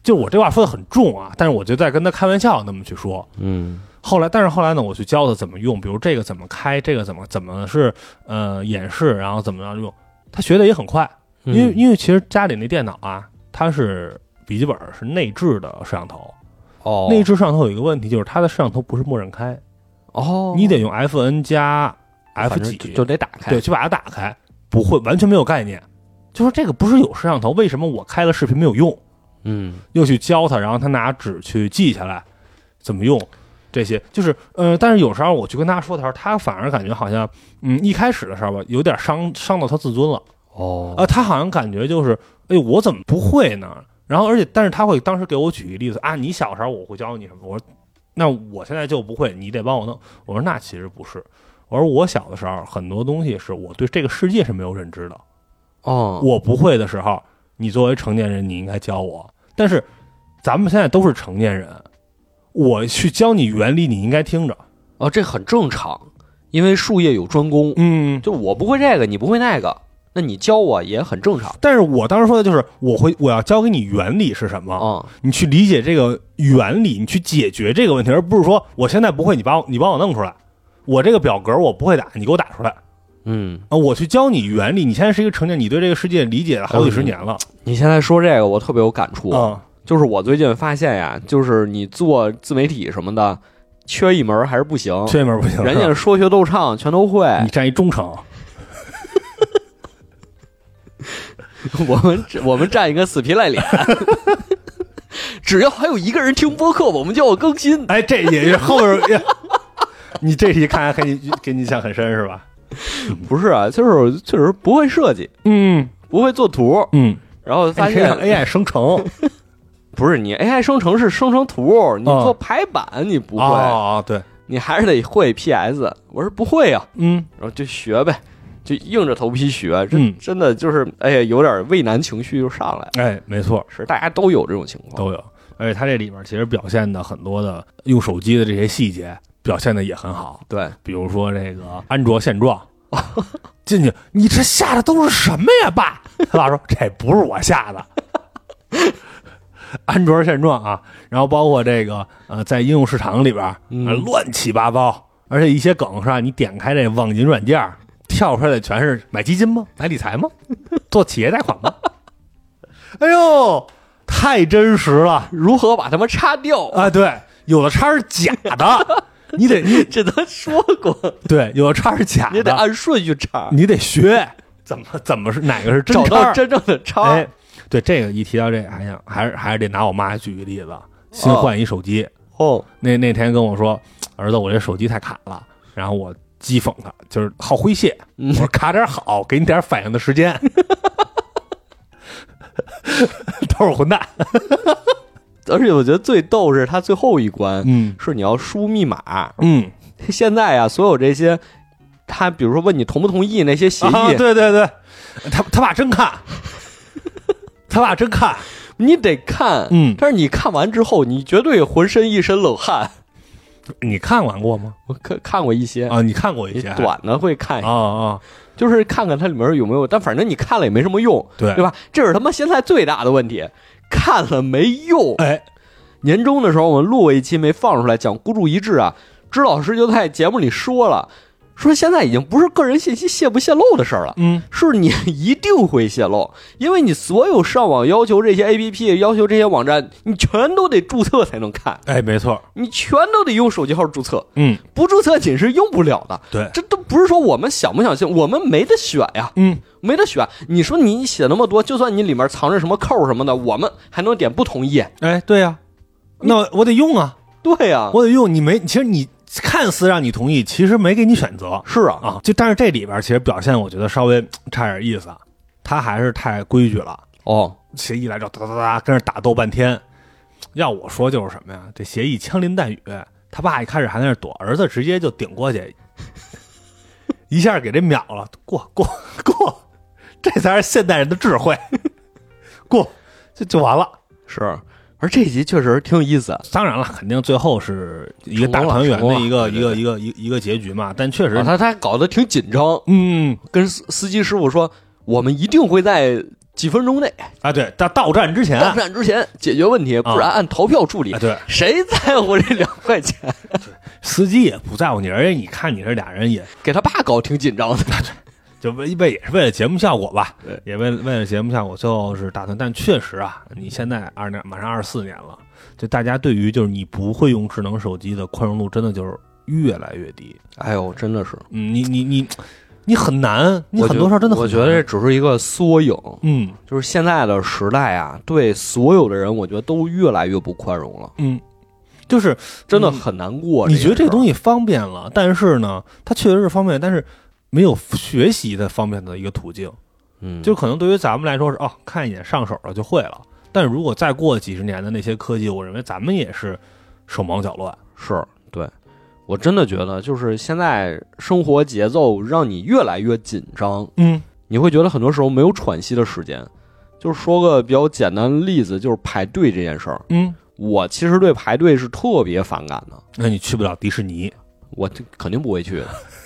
[SPEAKER 2] 就我这话说的很重啊，但是我就在跟他开玩笑那么去说，
[SPEAKER 1] 嗯
[SPEAKER 2] 后来，但是后来呢，我去教他怎么用，比如这个怎么开，这个怎么怎么是呃演示，然后怎么样用，他学的也很快，因为、
[SPEAKER 1] 嗯
[SPEAKER 2] 因为其实家里那电脑啊，它是笔记本是内置的摄像头，
[SPEAKER 1] 哦
[SPEAKER 2] 内置摄像头有一个问题就是它的摄像头不是默认开，
[SPEAKER 1] 哦，
[SPEAKER 2] 你得用 FN 加
[SPEAKER 1] 反
[SPEAKER 2] F
[SPEAKER 1] 正
[SPEAKER 2] 几
[SPEAKER 1] 就就得打开，
[SPEAKER 2] 对，去把它打开，不会完全没有概念，就说这个不是有摄像头，为什么我开了视频没有用？
[SPEAKER 1] 嗯
[SPEAKER 2] 又去教他，然后他拿纸去记下来怎么用，这些就是呃，但是有时候我去跟他说的时候，他反而感觉好像嗯，一开始的时候吧，有点伤伤到他自尊了
[SPEAKER 1] 哦
[SPEAKER 2] 啊、他好像感觉就是哎，我怎么不会呢？然后而且但是他会当时给我举一个例子啊，你小时候我会教你什么，我说那我现在就不会，你得帮我弄。我说那其实不是。我说我小的时候，很多东西是我对这个世界是没有认知的，
[SPEAKER 1] 哦
[SPEAKER 2] 我不会的时候，你作为成年人，你应该教我。但是咱们现在都是成年人，我去教你原理，你应该听着。
[SPEAKER 1] 哦，这很正常，因为术业有专攻，
[SPEAKER 2] 嗯，
[SPEAKER 1] 就我不会这个，你不会那个，那你教我也很正常
[SPEAKER 2] 但是我当时说的就是，我会我要教给你原理是什么，
[SPEAKER 1] 啊。
[SPEAKER 2] 你去理解这个原理，你去解决这个问题，而不是说我现在不会，你帮我你帮我弄出来。我这个表格我不会打，你给我打出来
[SPEAKER 1] 嗯，
[SPEAKER 2] 啊！我去教你原理。你现在是一个成年，你对这个世界理解了好几十年了。
[SPEAKER 1] 你现在说这个，嗯我特别有感触。
[SPEAKER 2] 嗯
[SPEAKER 1] 就是我最近发现呀，就是你做自媒体什么的，缺一门还是不行。
[SPEAKER 2] 缺一门不行，
[SPEAKER 1] 哦人
[SPEAKER 2] 是
[SPEAKER 1] 家
[SPEAKER 2] 吧
[SPEAKER 1] 说学逗唱全都会，
[SPEAKER 2] 你占一中层，
[SPEAKER 1] 我们只我们占一个死皮 赖脸。只要还有一个人听播客，我们就要更新。
[SPEAKER 2] 哎，这也是后边。你这题看来给你给你印象很深是吧？
[SPEAKER 1] 不是啊，就是确实不会设计，
[SPEAKER 2] 嗯
[SPEAKER 1] 不会做图，
[SPEAKER 2] 嗯，
[SPEAKER 1] 然后发
[SPEAKER 2] 哎你可以
[SPEAKER 1] 现
[SPEAKER 2] 让 AI 生成，
[SPEAKER 1] 不是你 AI 生成是生成图，你
[SPEAKER 2] 嗯
[SPEAKER 1] 做排版你 不会，
[SPEAKER 2] 哦哦对，
[SPEAKER 1] 你还是得会 PS。我说不会啊呀、
[SPEAKER 2] 嗯
[SPEAKER 1] 然后就学呗，就硬着头皮学。这
[SPEAKER 2] 嗯
[SPEAKER 1] 真的就是，哎呀，有点畏难情绪就上来了。
[SPEAKER 2] 哎，没错，
[SPEAKER 1] 是大家都有这种情况，
[SPEAKER 2] 都有。而且它这里边其实表现的很多的用手机的这些细节表现的也很好，
[SPEAKER 1] 对，
[SPEAKER 2] 比如说这个安卓现状， 进去你这下的都是什么呀，爸？ 他爸说这不是我下的。 安卓现状啊，然后包括这个呃，在应用市场里边、
[SPEAKER 1] 嗯
[SPEAKER 2] 呃乱七八糟，而且一些梗是吧？你点开这网银软件儿，跳出来的全是买基金吗？买理财吗？ 做企业贷款吗？ 哎呦，太真实了
[SPEAKER 1] 如何把他们擦掉？
[SPEAKER 2] 啊！对，有的叉是假的，你得你
[SPEAKER 1] 这咱说过，
[SPEAKER 2] 对，有的叉是假的，
[SPEAKER 1] 你得按顺序插，
[SPEAKER 2] 你得学怎么怎么是哪个是嗯真
[SPEAKER 1] 找
[SPEAKER 2] 叉
[SPEAKER 1] 到
[SPEAKER 2] 儿
[SPEAKER 1] 真正的叉。
[SPEAKER 2] 哎，对这个一提到这个，还想还是还是得拿我妈举个例子，新换一手机，
[SPEAKER 1] 哦，
[SPEAKER 2] 那那天跟我说，儿子，我这手机太卡了，然后我讥讽他，就是好诙谐，
[SPEAKER 1] 嗯
[SPEAKER 2] 我说卡点好，给你点反应的时间，都是混蛋，
[SPEAKER 1] 而且我觉得最逗是他最后一关、
[SPEAKER 2] 嗯
[SPEAKER 1] 是你要输密码。
[SPEAKER 2] 嗯，
[SPEAKER 1] 现在呀，所有这些，他比如说问你同不同意那些协议，
[SPEAKER 2] 啊对对对，他他爸真看，他爸真看，
[SPEAKER 1] 你得看。
[SPEAKER 2] 嗯，
[SPEAKER 1] 但是你看完之后，你绝对浑身一身冷汗。
[SPEAKER 2] 你看完过吗？
[SPEAKER 1] 我看看过一些，
[SPEAKER 2] 啊，你看过一
[SPEAKER 1] 你
[SPEAKER 2] 些，
[SPEAKER 1] 短的会看一
[SPEAKER 2] 啊啊，
[SPEAKER 1] 就是看看它里面有没有，但反正你看了也没什么用，
[SPEAKER 2] 对
[SPEAKER 1] 对吧？这是他妈现在最大的问题，看了没用。
[SPEAKER 2] 哎，
[SPEAKER 1] 年终的时候我们录过一期没放出来，讲孤注一掷啊，支老师就在节目里说了，说现在已经不是个人信息泄不泄露的事儿了。
[SPEAKER 2] 嗯
[SPEAKER 1] 是你一定会泄露，因为你所有上网要求这些 A P P、要求这些网站，你全都得注册才能看，
[SPEAKER 2] 哎，没错，
[SPEAKER 1] 你全都得用手机号注册，
[SPEAKER 2] 嗯，
[SPEAKER 1] 不注册你是用不了的。
[SPEAKER 2] 对，
[SPEAKER 1] 这都不是说我们想不想信，我们没得选呀。
[SPEAKER 2] 嗯
[SPEAKER 1] 没得选。你说你写那么多，就算你里面藏着什么扣什么的，我们还能点不同意？
[SPEAKER 2] 哎，对呀、那我得用啊，
[SPEAKER 1] 对呀、
[SPEAKER 2] 我得用。你没，其实你看似让你同意，其实没给你选择
[SPEAKER 1] 是啊，
[SPEAKER 2] 啊。就但是这里边其实表现，我觉得稍微差点意思，啊，他还是太规矩了。
[SPEAKER 1] 哦，
[SPEAKER 2] 协议来着，哒哒哒哒，跟这打斗半天。要我说就是什么呀？这协议枪林弹雨，他爸一开始还在那躲，儿子直接就顶过去， 一下给这秒了，过过过，这才是现代人的智慧，过就就完了。
[SPEAKER 1] 是。而这集确实挺有意思，
[SPEAKER 2] 当然了，肯定最后是一个大
[SPEAKER 1] 成功了
[SPEAKER 2] 团圆
[SPEAKER 1] 成功
[SPEAKER 2] 的
[SPEAKER 1] 了
[SPEAKER 2] 一个
[SPEAKER 1] 对
[SPEAKER 2] 一个一个一个一个结局嘛。但确实
[SPEAKER 1] 啊、，他他搞得挺紧张，
[SPEAKER 2] 嗯
[SPEAKER 1] 跟司司机师傅说，我们一定会在几分钟内
[SPEAKER 2] 啊，对，到到站之前，
[SPEAKER 1] 到
[SPEAKER 2] 啊，
[SPEAKER 1] 站之前解决问题，不然按投票处理。
[SPEAKER 2] 对，
[SPEAKER 1] 谁在乎这两块钱？
[SPEAKER 2] 司机也不在乎你，而且你看你这俩人也
[SPEAKER 1] 给他爸搞挺紧张的。
[SPEAKER 2] 就为为也是为了节目效果吧
[SPEAKER 1] 对，
[SPEAKER 2] 也为为了节目效果，最后是打算。但确实啊，你现在二年马上二十四年了，就大家对于就是你不会用智能手机的宽容度，真的就是越来越低。
[SPEAKER 1] 哎呦，真的是，
[SPEAKER 2] 嗯，你你你你很难，你
[SPEAKER 1] 我
[SPEAKER 2] 很
[SPEAKER 1] 觉
[SPEAKER 2] 多事儿真的很
[SPEAKER 1] 我
[SPEAKER 2] 难
[SPEAKER 1] 觉得这只是一个缩影，
[SPEAKER 2] 嗯
[SPEAKER 1] 就是现在的时代啊，对所有的人，我觉得都越来越不宽容了，
[SPEAKER 2] 嗯，就是
[SPEAKER 1] 真的很难过。
[SPEAKER 2] 嗯你觉得这个东
[SPEAKER 1] 西
[SPEAKER 2] 西方便了，但是呢，它确实是方便，但是没有学习的方便的一个途径。
[SPEAKER 1] 嗯，
[SPEAKER 2] 就可能对于咱们来说是哦，看一眼上手了就会了。但如果再过几十年的那些科技，我认为咱们也是手忙脚乱。
[SPEAKER 1] 是对，我真的觉得就是现在生活节奏让你越来越紧张，
[SPEAKER 2] 嗯
[SPEAKER 1] 你会觉得很多时候没有喘息的时间。就是说个比较简单的例子，就是排队这件事儿，
[SPEAKER 2] 嗯，
[SPEAKER 1] 我其实对排队是特别反感的，
[SPEAKER 2] 那你去不了迪士尼。
[SPEAKER 1] 我就肯定不会去的。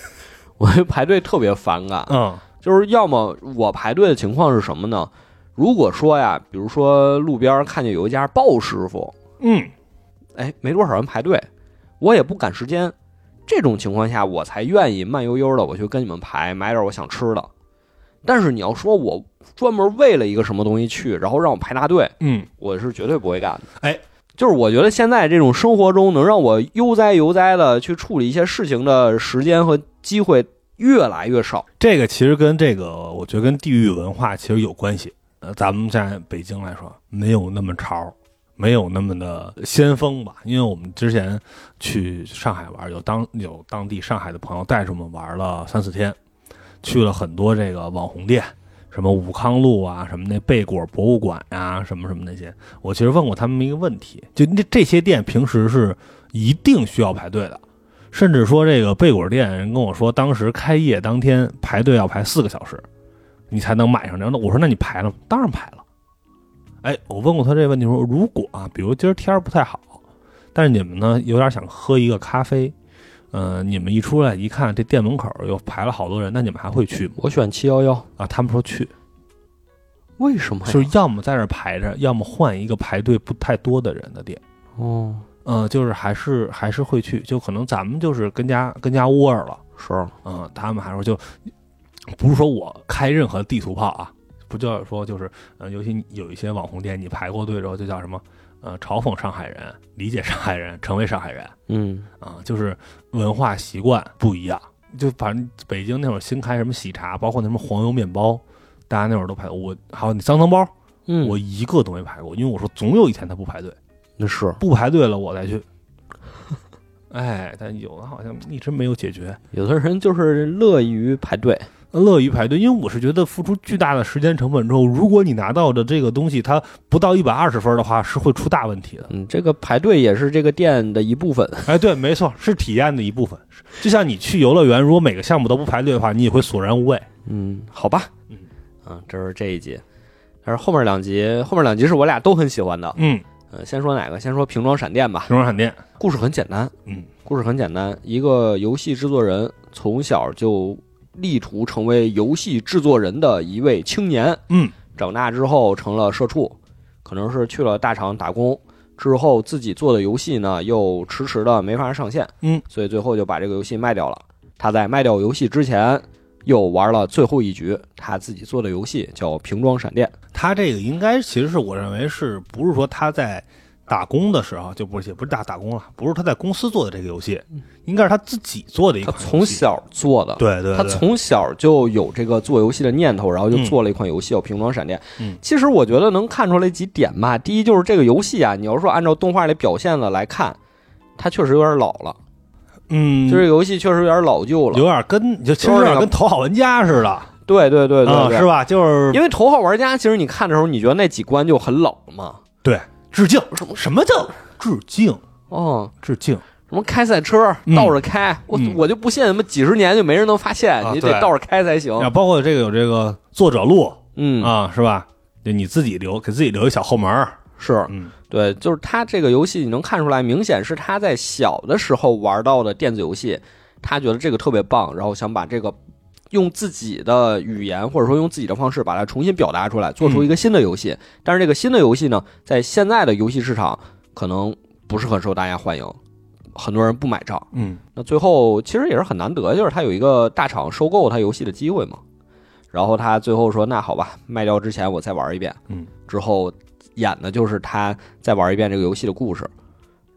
[SPEAKER 1] 我对排队特别反感，
[SPEAKER 2] 嗯
[SPEAKER 1] 就是要么我排队的情况是什么呢？如果说呀，比如说路边看见有一家鲍师傅，
[SPEAKER 2] 嗯，
[SPEAKER 1] 哎，没多少人排队，我也不赶时间，这种情况下我才愿意慢悠悠的我去跟你们排，买点我想吃的。但是你要说我专门为了一个什么东西去，然后让我排大队，
[SPEAKER 2] 嗯，
[SPEAKER 1] 我是绝对不会干的。
[SPEAKER 2] 哎，
[SPEAKER 1] 就是我觉得现在这种生活中能让我悠哉悠哉的去处理一些事情的时间和机会越来越少。
[SPEAKER 2] 这个其实跟这个，我觉得跟地域文化其实有关系。呃，咱们在北京来说，没有那么潮，没有那么的先锋吧。因为我们之前去上海玩，有当有当地上海的朋友带着我们玩了三四天，去了很多这个网红店，什么武康路啊，什么那贝果博物馆呀、什么什么那些。我其实问过他们一个问题，就那这些店平时是一定需要排队的，甚至说这个贝果店人跟我说，当时开业当天排队要排四个小时，你才能买上。然后我说那你排了吗？当然排了。哎，我问过他这个问题说，如果啊，比如今儿天儿不太好，但是你们呢有点想喝一个咖啡，呃，你们一出来一看这店门口又排了好多人，那你们还会去吗？
[SPEAKER 1] 我选七幺幺，
[SPEAKER 2] 啊，他们说去，
[SPEAKER 1] 为什么呀？
[SPEAKER 2] 就是要么在这儿排着，要么换一个排队不太多的人的店。
[SPEAKER 1] 哦，
[SPEAKER 2] 嗯、就是还是还是会去，就可能咱们就是跟家跟家窝着了。
[SPEAKER 1] 是
[SPEAKER 2] 嗯，他们还说就不是说我开任何地图炮啊，不叫说就是呃，尤其有一些网红店，你排过队之后就叫什么呃，嘲讽上海人，理解上海人，成为上海人
[SPEAKER 1] 嗯，
[SPEAKER 2] 啊、就是文化习惯不一样。就反正北京那会儿新开什么喜茶，包括那什么黄油面包，大家那会儿都排我，还有你脏脏包，
[SPEAKER 1] 嗯
[SPEAKER 2] 我一个都没排过，因为我说总有一天他不排队。
[SPEAKER 1] 那是
[SPEAKER 2] 不排队了我再去。 哎，但有的好像一直没有解决。
[SPEAKER 1] 有的人就是乐于排队，。
[SPEAKER 2] 乐于排队，因为我是觉得付出巨大的时间成本之后，如果你拿到的这个东西它不到一百二十分的话，是会出大问题的
[SPEAKER 1] 嗯，这个排队也是这个店的一部分。
[SPEAKER 2] 哎，对，没错，是体验的一部分。就像你去游乐园，如果每个项目都不排队的话，你也会索然无味。
[SPEAKER 1] 嗯，好吧，
[SPEAKER 2] 嗯
[SPEAKER 1] 啊，这是这一集，但是后面两集，后面两集是我俩都很喜欢的。
[SPEAKER 2] 嗯，
[SPEAKER 1] 呃，先说哪个？先说瓶装闪电吧。
[SPEAKER 2] 平装闪电，
[SPEAKER 1] 故事很简单，
[SPEAKER 2] 嗯，
[SPEAKER 1] 故事很简单，一个游戏制作人从小就力图成为游戏制作人的一位青年，
[SPEAKER 2] 嗯，
[SPEAKER 1] 长大之后成了社畜，可能是去了大厂打工。之后自己做的游戏呢，又迟迟的没法上线，
[SPEAKER 2] 嗯，
[SPEAKER 1] 所以最后就把这个游戏卖掉了。他在卖掉游戏之前，又玩了最后一局他自己做的游戏，叫《瓶装闪电》。
[SPEAKER 2] 他这个应该其实是我认为是不是说他在打工的时候就不是也不是打打工了，不是他在公司做的这个游戏，应该是他自己做的一
[SPEAKER 1] 他
[SPEAKER 2] 款
[SPEAKER 1] 从
[SPEAKER 2] 游戏。
[SPEAKER 1] 小做的，
[SPEAKER 2] 对对，
[SPEAKER 1] 他
[SPEAKER 2] 对
[SPEAKER 1] 从小就有这个做游戏的念头，然后就做了一款游戏叫《平装闪电》。
[SPEAKER 2] 嗯
[SPEAKER 1] 其实我觉得能看出来几点吧。第一就是这个游戏啊，你要说按照动画里表现的来看，它确实有点老了，
[SPEAKER 2] 嗯，
[SPEAKER 1] 就这个游戏确实有点老旧了。
[SPEAKER 2] 有点跟就其实有点跟头号玩家似的，
[SPEAKER 1] 对对对对
[SPEAKER 2] 啊，
[SPEAKER 1] 对，
[SPEAKER 2] 是吧？就是
[SPEAKER 1] 因为头号玩家，其实你看的时候，你觉得那几关就很老了嘛。
[SPEAKER 2] 对致敬，什么什么叫致敬？
[SPEAKER 1] 哦，
[SPEAKER 2] 致敬，
[SPEAKER 1] 什么开赛车
[SPEAKER 2] 嗯
[SPEAKER 1] 倒着开，我
[SPEAKER 2] 嗯
[SPEAKER 1] 我就不信什么几十年就没人能发现，
[SPEAKER 2] 啊
[SPEAKER 1] 你得
[SPEAKER 2] 对
[SPEAKER 1] 倒着开才行
[SPEAKER 2] 然。后包括这个有这个作者录
[SPEAKER 1] 哦嗯，
[SPEAKER 2] 啊，是吧？就你自己留给自己留一小后门儿，
[SPEAKER 1] 是，
[SPEAKER 2] 嗯
[SPEAKER 1] 对，就是他这个游戏，你能看出来，明显是他在小的时候玩到的电子游戏，他觉得这个特别棒，然后想把这个用自己的语言或者说用自己的方式把它重新表达出来，做出一个新的游戏。但是这个新的游戏呢，在现在的游戏市场可能不是很受大家欢迎，很多人不买账。
[SPEAKER 2] 嗯，
[SPEAKER 1] 那最后其实也是很难得，就是他有一个大厂收购他游戏的机会嘛。然后他最后说：“那好吧，卖掉之前我再玩一遍。”
[SPEAKER 2] 嗯，
[SPEAKER 1] 之后演的就是他再玩一遍这个游戏的故事。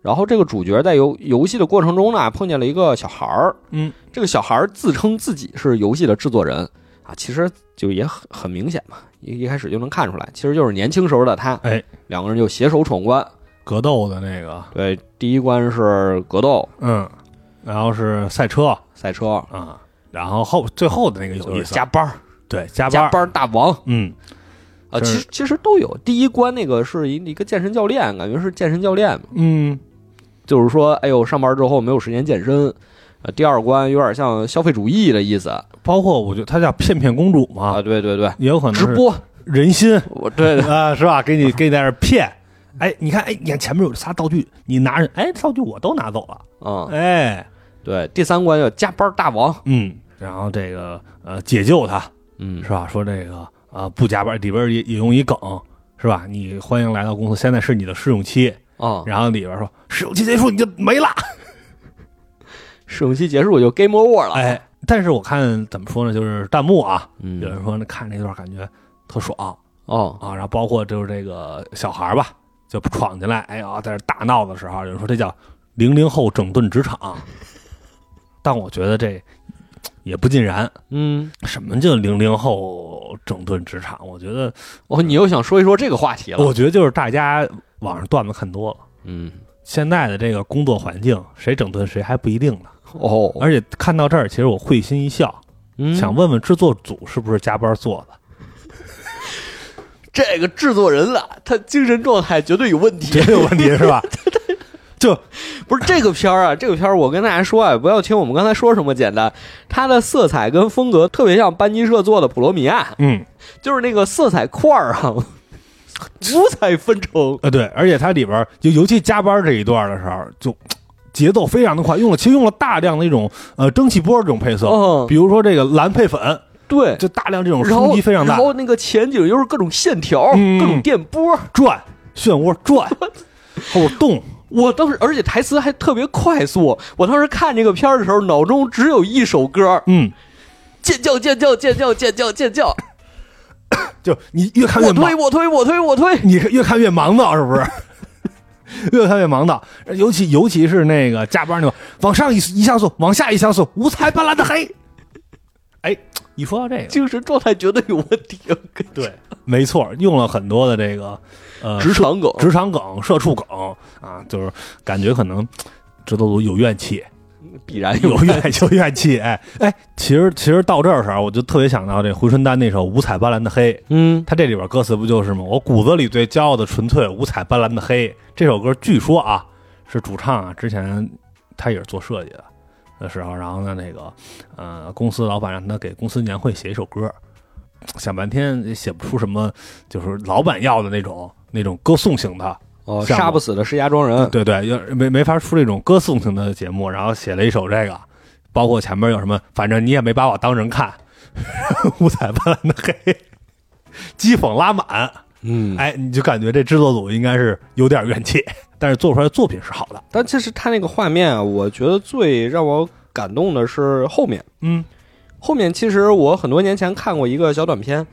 [SPEAKER 1] 然后这个主角在游游戏的过程中呢，碰见了一个小孩儿。
[SPEAKER 2] 嗯，
[SPEAKER 1] 这个小孩儿自称自己是游戏的制作人啊，其实就也很很明显嘛，一一开始就能看出来，其实就是年轻时候的他。
[SPEAKER 2] 哎，
[SPEAKER 1] 两个人就携手闯关。
[SPEAKER 2] 格斗的那个，
[SPEAKER 1] 对，第一关是格斗
[SPEAKER 2] 嗯，然后是赛车
[SPEAKER 1] 赛车，
[SPEAKER 2] 啊，然后后最后的那个有意
[SPEAKER 1] 就是
[SPEAKER 2] 思，
[SPEAKER 1] 加班儿
[SPEAKER 2] 对加班
[SPEAKER 1] 加
[SPEAKER 2] 儿，
[SPEAKER 1] 班儿大王。
[SPEAKER 2] 嗯，
[SPEAKER 1] 啊，
[SPEAKER 2] 是
[SPEAKER 1] 其实其实都有。第一关那个是一一个健身教练，感觉是健身教练嘛，
[SPEAKER 2] 嗯，
[SPEAKER 1] 就是说，哎呦，上班之后没有时间健身。呃，第二关有点像消费主义的意思啊，
[SPEAKER 2] 包括我觉得他叫骗骗公主嘛，
[SPEAKER 1] 对对对，
[SPEAKER 2] 也有可能
[SPEAKER 1] 啊直
[SPEAKER 2] 是
[SPEAKER 1] 播，
[SPEAKER 2] 人心，
[SPEAKER 1] 我对对
[SPEAKER 2] 啊，是吧？给你给你在那儿骗。哎，你看，哎，你看前面有仨道具，你拿着，哎，道具我都拿走了，
[SPEAKER 1] 啊、
[SPEAKER 2] 哎，
[SPEAKER 1] 对。第三关叫加班大王，
[SPEAKER 2] 嗯，然后这个呃解救他
[SPEAKER 1] 嗯
[SPEAKER 2] 是吧？说这个啊、不加班，里边也也用一梗是吧？你欢迎来到公司，现在是你的试用期，
[SPEAKER 1] 啊，
[SPEAKER 2] 然后里边说试用期结束你就没了，
[SPEAKER 1] 试用期结束就 game over 了，
[SPEAKER 2] 哎，但是我看怎么说呢，就是弹幕啊，有
[SPEAKER 1] 嗯，
[SPEAKER 2] 人说看这段感觉特爽
[SPEAKER 1] 哦，
[SPEAKER 2] 啊，然后包括就是这个小孩吧，就闯进来，哎呀，在这大闹的时候，有人说这叫零零后整顿职场， 但我觉得这也不尽然。
[SPEAKER 1] 嗯，
[SPEAKER 2] 什么叫零零后整顿职场？我觉得，
[SPEAKER 1] 哦，你又想说一说这个话题了？
[SPEAKER 2] 我觉得就是大家网上段子看多了，
[SPEAKER 1] 嗯，
[SPEAKER 2] 现在的这个工作环境，谁整顿谁还不一定呢。
[SPEAKER 1] 哦，
[SPEAKER 2] 而且看到这儿，其实我会心一笑，
[SPEAKER 1] 嗯
[SPEAKER 2] 想问问制作组是不是加班做的？
[SPEAKER 1] 这个制作人啊，他精神状态绝对有问题
[SPEAKER 2] 绝。对有问题是 吧？就
[SPEAKER 1] 不是这个片儿啊，这个片儿我跟大家说啊，不要听我们刚才说什么简单，它的色彩跟风格特别像班级社做的《普罗米亚》，
[SPEAKER 2] 嗯
[SPEAKER 1] 就是那个色彩块儿啊，五彩纷呈。
[SPEAKER 2] 呃对，而且它里边儿就尤其加班这一段的时候，就节奏非常的快，用了其实用了大量的一种呃蒸汽波这种配色，
[SPEAKER 1] 嗯
[SPEAKER 2] 比如说这个蓝配粉，
[SPEAKER 1] 对，
[SPEAKER 2] 就大量这种
[SPEAKER 1] 然
[SPEAKER 2] 冲
[SPEAKER 1] 后
[SPEAKER 2] 击非常大
[SPEAKER 1] 然，后那个前景又是各种线条，
[SPEAKER 2] 嗯
[SPEAKER 1] 各种电波。
[SPEAKER 2] 转漩涡 转，后边动，
[SPEAKER 1] 我当时，而且台词还特别快速。我当时看这个片儿的时候，脑中只有一首歌：
[SPEAKER 2] 嗯，
[SPEAKER 1] 尖叫，尖叫，尖叫，尖叫，尖叫！
[SPEAKER 2] 就你越看越
[SPEAKER 1] 我推，
[SPEAKER 2] 忙，
[SPEAKER 1] 我推，我推，我推！
[SPEAKER 2] 你越看越忙叨，是不 是？越看越忙叨，尤其尤其是那个加班那个，往上一一像素，往下一像素，五彩斑斓的黑。哎，一说到这个，
[SPEAKER 1] 精神状态绝对有问题。我跟你
[SPEAKER 2] 对，没错，用了很多的这个呃
[SPEAKER 1] 职场梗，
[SPEAKER 2] 职场梗、社畜梗啊，就是感觉可能制作组有怨气，
[SPEAKER 1] 必然有
[SPEAKER 2] 有怨有怨气。哎哎，其实其实到这儿时候，我就特别想到这回春丹那首《五彩斑斓的黑》，
[SPEAKER 1] 嗯，
[SPEAKER 2] 他这里边歌词不就是吗？我骨子里最骄傲的纯粹，五彩斑斓的黑。这首歌据说啊，是主唱啊之前他也是做设计的的时候，然后呢那个呃公司老板让他给公司年会写一首歌，想半天也写不出什么，就是老板要的那种那种歌颂型的，
[SPEAKER 1] 哦，
[SPEAKER 2] 像我
[SPEAKER 1] 杀不死的石家庄人，
[SPEAKER 2] 对对，要没没法出这种歌颂型的节目，然后写了一首这个，包括前面有什么，反正你也没把我当人看， 五彩斑斓的黑，讥讽拉满。
[SPEAKER 1] 嗯，
[SPEAKER 2] 哎，你就感觉这制作组应该是有点怨气， 但是做出来的作品是好的。
[SPEAKER 1] 但其实他那个画面啊，我觉得最让我感动的是后面。
[SPEAKER 2] 嗯
[SPEAKER 1] 后面其实我很多年前看过一个小短片，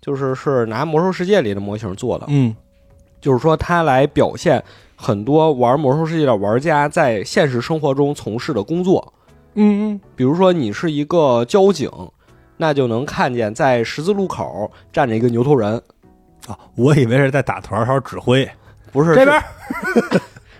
[SPEAKER 1] 就是是拿《魔兽世界》里的模型做的，
[SPEAKER 2] 嗯
[SPEAKER 1] 就是说它来表现很多玩《魔兽世界》的玩家在现实生活中从事的工作。
[SPEAKER 2] 嗯
[SPEAKER 1] 比如说你是一个交警，那就能看见在十字路口站着一个牛头人，
[SPEAKER 2] 嗯啊，我以为是在打团儿时候指挥，
[SPEAKER 1] 不是
[SPEAKER 2] 这边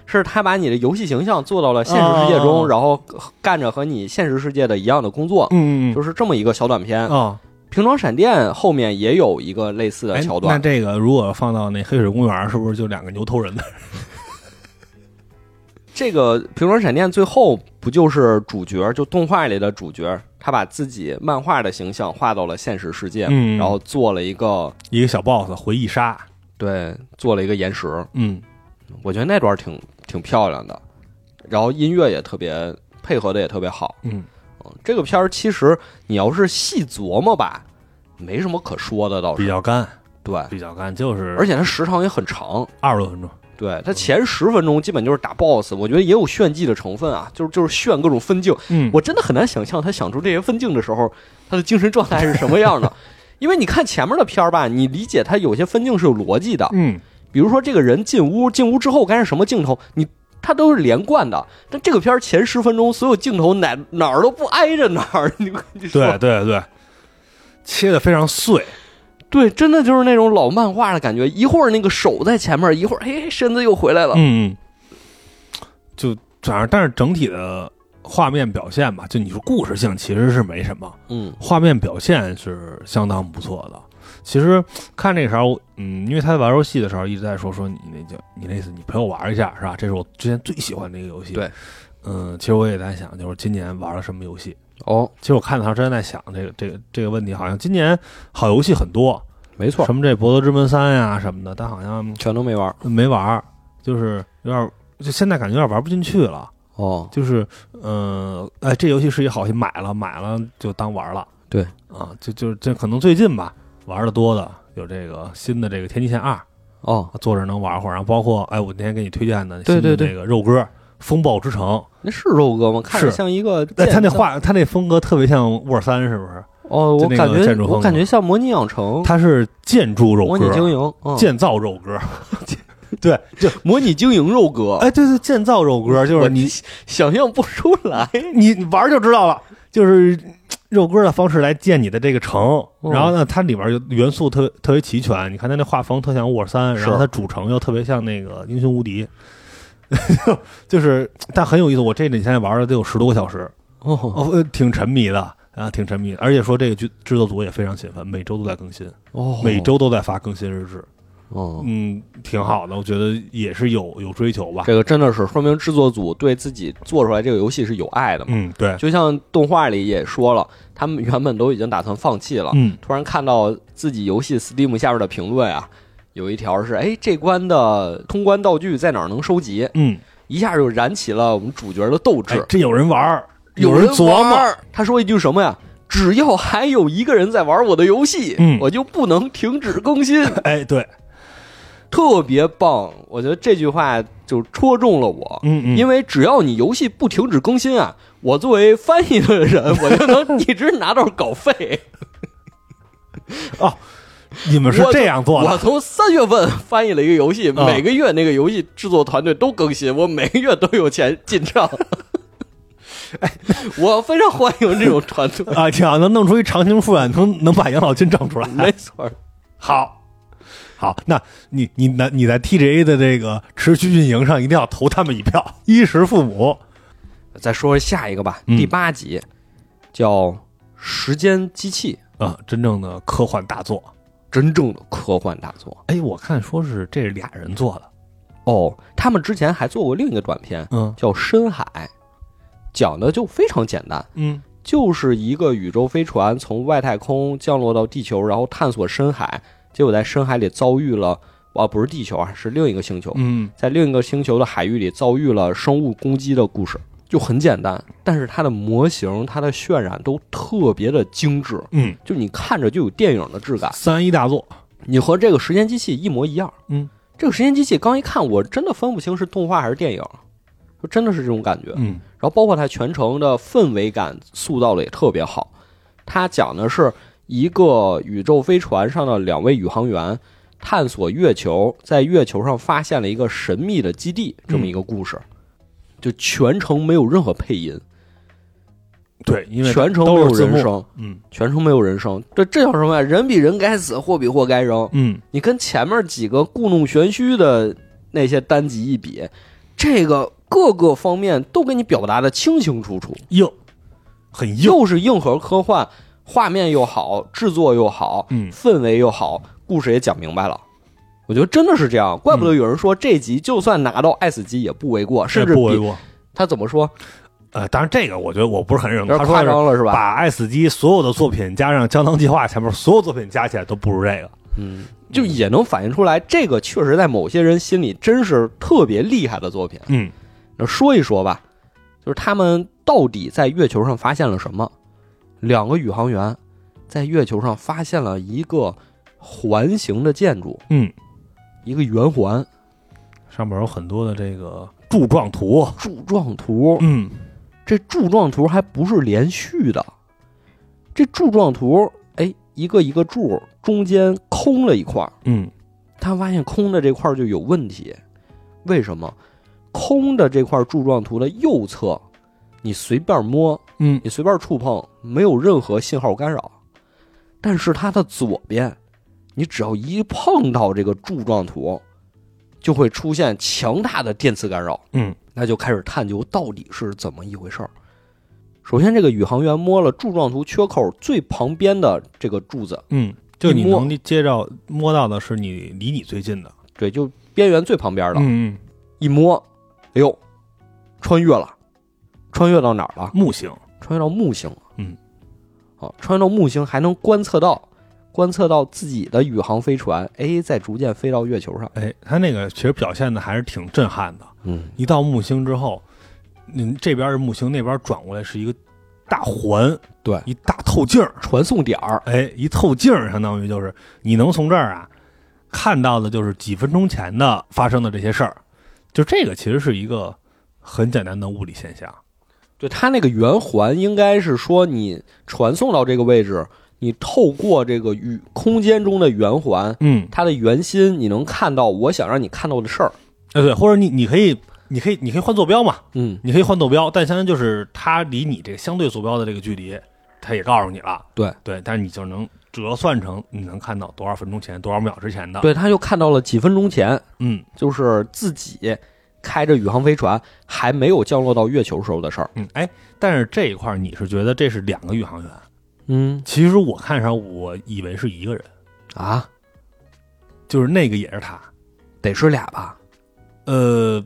[SPEAKER 1] 是他把你的游戏形象做到了现实世界中，
[SPEAKER 2] 哦
[SPEAKER 1] 然后干着和你现实世界的一样的工作，
[SPEAKER 2] 嗯
[SPEAKER 1] 就是这么一个小短片。
[SPEAKER 2] 啊，
[SPEAKER 1] 平装闪电后面也有一个类似的
[SPEAKER 2] 哎
[SPEAKER 1] 桥
[SPEAKER 2] 那
[SPEAKER 1] 段，
[SPEAKER 2] 这个如果放到那黑水公园，是不是就两个牛头人的？
[SPEAKER 1] 这个平装闪电最后不就是主角，就动画里的主角，他把自己漫画的形象画到了现实世界，
[SPEAKER 2] 嗯
[SPEAKER 1] 然后做了一个
[SPEAKER 2] 一个小 boss 回忆杀，
[SPEAKER 1] 对，做了一个岩石，
[SPEAKER 2] 嗯
[SPEAKER 1] 我觉得那段挺挺漂亮的，然后音乐也特别配合的也特别好。
[SPEAKER 2] 嗯，
[SPEAKER 1] 嗯这个片儿其实你要是细琢磨吧，没什么可说的，倒
[SPEAKER 2] 比
[SPEAKER 1] 是
[SPEAKER 2] 较干，
[SPEAKER 1] 对，
[SPEAKER 2] 比较干，就是嗯
[SPEAKER 1] 而且它时长也很长，
[SPEAKER 2] 二十多分钟。
[SPEAKER 1] 对，它前十分钟基本就是打 BOSS，我觉得也有炫技的成分啊，就是就是炫各种分镜，
[SPEAKER 2] 嗯
[SPEAKER 1] 我真的很难想象他想出这些分镜的时候，他的精神状态是什么样的。 因为你看前面的片儿吧，你理解他有些分镜是有逻辑的，
[SPEAKER 2] 嗯，
[SPEAKER 1] 比如说这个人进屋，进屋之后该是什么镜头，你它都是连贯的。但这个片儿前十分钟所有镜头哪哪儿都不挨着哪儿，你你说
[SPEAKER 2] 对对对，切的非常碎，
[SPEAKER 1] 对，真的就是那种老漫画的感觉，一会儿那个手在前面，一会儿哎身子又回来了。
[SPEAKER 2] 嗯，嗯，就反正但是整体的画面表现吧，就你说故事性其实是没什么，
[SPEAKER 1] 嗯
[SPEAKER 2] 画面表现是相当不错的。其实看这个时候，嗯，因为他玩游戏的时候一直在说说你那叫你那次你陪我玩一下是吧？这是我之前最喜欢的一个游戏。
[SPEAKER 1] 对，
[SPEAKER 2] 嗯，其实我也在想，就是今年玩了什么游戏？
[SPEAKER 1] 哦，
[SPEAKER 2] 其实我看的时候真的在想这个这个这个问题，好像今年好游戏很多，
[SPEAKER 1] 没错，
[SPEAKER 2] 什么这《博德之门三》呀什么的，但好像
[SPEAKER 1] 全都没玩
[SPEAKER 2] 没玩儿，就是有点儿，就现在感觉有点玩不进去了。
[SPEAKER 1] 哦。
[SPEAKER 2] 就是，嗯、呃，哎，这游戏是一好戏，买了买了就当玩了。
[SPEAKER 1] 对
[SPEAKER 2] 啊，就就这可能最近吧，玩的多的有这个新的这个《天际线二》，
[SPEAKER 1] 哦，
[SPEAKER 2] 坐着能玩会儿，然后包括哎，我那天给你推荐的
[SPEAKER 1] 对
[SPEAKER 2] 新
[SPEAKER 1] 对
[SPEAKER 2] 的
[SPEAKER 1] 对
[SPEAKER 2] 这个肉鸽《风暴之城》，
[SPEAKER 1] 那是肉哥吗？看着
[SPEAKER 2] 是
[SPEAKER 1] 像一个
[SPEAKER 2] 哎，
[SPEAKER 1] 建
[SPEAKER 2] 他那画他那风格特别像《沃三》，是不是？
[SPEAKER 1] 哦，我
[SPEAKER 2] 就那个
[SPEAKER 1] 感觉
[SPEAKER 2] 建筑风
[SPEAKER 1] 我
[SPEAKER 2] 格
[SPEAKER 1] 感觉像模拟养成、
[SPEAKER 2] 它是建筑肉
[SPEAKER 1] 模拟经
[SPEAKER 2] 鸽，
[SPEAKER 1] 营，嗯
[SPEAKER 2] 建造肉鸽，对，就
[SPEAKER 1] 模拟经营肉鸽，
[SPEAKER 2] 哎，对对，建造肉鸽就是你
[SPEAKER 1] 想象不出 来。
[SPEAKER 2] 你玩就知道了，就是肉鸽的方式来建你的这个城。
[SPEAKER 1] 嗯
[SPEAKER 2] 然后呢，它里边有元素特特别齐全，你看它那画风特像沃尔三，
[SPEAKER 1] 是
[SPEAKER 2] 然后它主城又特别像那个英雄无敌， 就是但很有意思。我这里现在玩了得有十多个小时，
[SPEAKER 1] 哦
[SPEAKER 2] 哦，呃挺沉迷的啊，挺沉迷的。而且说这个剧制作组也非常勤奋，每周都在更新，
[SPEAKER 1] 哦
[SPEAKER 2] 每周都在发更新日志。
[SPEAKER 1] 哦，
[SPEAKER 2] 嗯，挺好的，我觉得也是有有追求吧。
[SPEAKER 1] 这个真的是说明制作组对自己做出来这个游戏是有爱的嘛。
[SPEAKER 2] 嗯，对，
[SPEAKER 1] 就像动画里也说了，他们原本都已经打算放弃了，
[SPEAKER 2] 嗯，
[SPEAKER 1] 突然看到自己游戏 Steam 下边的评论啊，有一条是：哎，这关的通关道具在哪儿能收集？
[SPEAKER 2] 嗯，
[SPEAKER 1] 一下就燃起了我们主角的斗志。
[SPEAKER 2] 哎，真有人玩儿，
[SPEAKER 1] 人
[SPEAKER 2] 人琢
[SPEAKER 1] 玩
[SPEAKER 2] 磨，
[SPEAKER 1] 儿，他说一句什么呀？只要还有一个人在玩我的游戏，
[SPEAKER 2] 嗯
[SPEAKER 1] 我就不能停止更新，
[SPEAKER 2] 哎，对，
[SPEAKER 1] 特别棒。我觉得这句话就戳中了我，
[SPEAKER 2] 嗯嗯，
[SPEAKER 1] 因
[SPEAKER 2] 为
[SPEAKER 1] 为只要你游戏不停止更新啊，我作为翻译的人，我就能一直拿到稿费。
[SPEAKER 2] 哦你们是这样做
[SPEAKER 1] 我
[SPEAKER 2] 的，
[SPEAKER 1] 从三月份翻译了一个游戏，
[SPEAKER 2] 啊，
[SPEAKER 1] 每个月那个游戏制作团队都更新，我每个月都有钱进账。 哎我非常欢迎这种团队
[SPEAKER 2] 啊，挺好，能弄出一长青复眼，能能把养老金挣出来，
[SPEAKER 1] 没错儿。
[SPEAKER 2] 好。好，那你你那你在 TGA 的这个持续运营上一定要投他们一票，衣食父母。
[SPEAKER 1] 再说说下一个吧，
[SPEAKER 2] 嗯
[SPEAKER 1] 第八集叫《时间机器
[SPEAKER 2] 啊，真正的科幻大作。》，
[SPEAKER 1] 真正的科幻大作
[SPEAKER 2] 哎，我看说是这是俩人做的，
[SPEAKER 1] 哦。他们之前还做过另一个短片
[SPEAKER 2] 嗯
[SPEAKER 1] 叫《深海》，讲的就非常简单，
[SPEAKER 2] 嗯
[SPEAKER 1] 就是一个宇宙飞船从外太空降落到地球，然后探索深海，结果在深海里遭遇了啊，不是地球啊，是另一个星球，
[SPEAKER 2] 嗯，
[SPEAKER 1] 在另一个星球的海域里遭遇了生物攻击的故事，就很简单，但是它的模型、它的渲染都特别的精致，
[SPEAKER 2] 嗯，
[SPEAKER 1] 就你看着就有电影的质感，
[SPEAKER 2] 三一大作，
[SPEAKER 1] 你和这个时间机器一模一样。
[SPEAKER 2] 嗯，
[SPEAKER 1] 这个时间机器刚一看，我真的分不清是动画还是电影，就真的是这种感觉。
[SPEAKER 2] 嗯
[SPEAKER 1] 然后包括它全程的氛围感塑造的也特别好。它讲的是一个宇宙飞船上的两位宇航员探索月球，在月球上发现了一个神秘的基地，这么一个故事。
[SPEAKER 2] 嗯
[SPEAKER 1] 就全程没有任何配音，
[SPEAKER 2] 对，因为
[SPEAKER 1] 全程没
[SPEAKER 2] 都
[SPEAKER 1] 有
[SPEAKER 2] 是字幕
[SPEAKER 1] 人声，
[SPEAKER 2] 嗯
[SPEAKER 1] 全程没有人声。这这叫什么呀？人比人该死，货比货该扔。
[SPEAKER 2] 嗯，
[SPEAKER 1] 你跟前面几个故弄玄虚的那些单集一比，这个各个方面都给你表达的清清楚楚。
[SPEAKER 2] 硬，很硬，
[SPEAKER 1] 又是硬核科幻，画面又好，制作又好，
[SPEAKER 2] 嗯
[SPEAKER 1] 氛围又好，故事也讲明白了。我觉得真的是这样，怪不得有人说这集就算拿到爱死机也不为过，甚
[SPEAKER 2] 这
[SPEAKER 1] 至
[SPEAKER 2] 不为
[SPEAKER 1] 比
[SPEAKER 2] 过。
[SPEAKER 1] 他怎么说
[SPEAKER 2] 呃，当然这个我觉得我不是很认
[SPEAKER 1] 有
[SPEAKER 2] 同，
[SPEAKER 1] 点
[SPEAKER 2] 他
[SPEAKER 1] 夸
[SPEAKER 2] 说是
[SPEAKER 1] 张了是吧？
[SPEAKER 2] 把爱死机所有的作品加上《胶囊计划》前面所有作品加起来都不如这个。
[SPEAKER 1] 嗯，就也能反映出来，这个确实在某些人心里真是特别厉害的作品。
[SPEAKER 2] 嗯
[SPEAKER 1] 那说一说吧，就是他们到底在月球上发现了什么？两个宇航员在月球上发现了一个环形的建筑，
[SPEAKER 2] 嗯，
[SPEAKER 1] 一个圆环
[SPEAKER 2] 上面有很多的这个柱状图。
[SPEAKER 1] 柱状图。
[SPEAKER 2] 嗯
[SPEAKER 1] 这柱状图还不是连续的，这柱状图，哎，一个一个柱中间空了一块儿，
[SPEAKER 2] 嗯
[SPEAKER 1] 他发现空的这块儿就有问题。为什么？空的这块柱状图的右侧，你随便摸，
[SPEAKER 2] 嗯
[SPEAKER 1] 你随便触碰，没有任何信号干扰。但是它的左边，你只要一碰到这个柱状图，就会出现强大的电磁干扰。
[SPEAKER 2] 嗯
[SPEAKER 1] 那就开始探究到底是怎么一回事儿。首先，这个宇航员摸了柱状图缺口最旁边的这个柱子，
[SPEAKER 2] 嗯，就你
[SPEAKER 1] 一摸
[SPEAKER 2] 能接着摸到的是你离你最近的。
[SPEAKER 1] 对，就边缘最旁边的，
[SPEAKER 2] 嗯嗯，
[SPEAKER 1] 一摸，哎呦，穿越了，穿越到哪儿了？
[SPEAKER 2] 木星。
[SPEAKER 1] 穿越到木星了。
[SPEAKER 2] 嗯，
[SPEAKER 1] 好，穿越到木星还能观测到，观测到自己的宇航飞船，哎，在逐渐飞到月球上。
[SPEAKER 2] 哎，他那个其实表现的还是挺震撼的。
[SPEAKER 1] 嗯，
[SPEAKER 2] 一到木星之后，嗯，这边是木星，那边转过来是一个大环，
[SPEAKER 1] 对
[SPEAKER 2] 一大透镜儿。
[SPEAKER 1] 传送点儿，
[SPEAKER 2] 哎，一透镜儿相当于就是你能从这儿啊看到的，就是几分钟前的发生的这些事儿，就这个其实是一个很简单的物理现象。
[SPEAKER 1] 对它那个圆环应该是说你传送到这个位置，你透过这个宇空间中的圆环，
[SPEAKER 2] 嗯，
[SPEAKER 1] 它的圆心，你能看到我想让你看到的事儿。
[SPEAKER 2] 哎对，或者你你可以你可以你可以换坐标嘛，
[SPEAKER 1] 嗯，
[SPEAKER 2] 你可以换坐标，但相当于就是它离你这个相对坐标的这个距离，它也告诉你了。
[SPEAKER 1] 对
[SPEAKER 2] 对，但是你就能折算成你能看到多少分钟前、多少秒之前的。，
[SPEAKER 1] 对，他就看到了几分钟前，
[SPEAKER 2] 嗯
[SPEAKER 1] 就是自己开着宇航飞船还没有降落到月球时候的事儿。
[SPEAKER 2] 嗯，哎，但是这一块儿你是觉得这是两个宇航员？
[SPEAKER 1] 嗯
[SPEAKER 2] 其实我看上我以为是一个人，
[SPEAKER 1] 啊，
[SPEAKER 2] 就是那个也是他。
[SPEAKER 1] 得是俩吧？
[SPEAKER 2] 呃，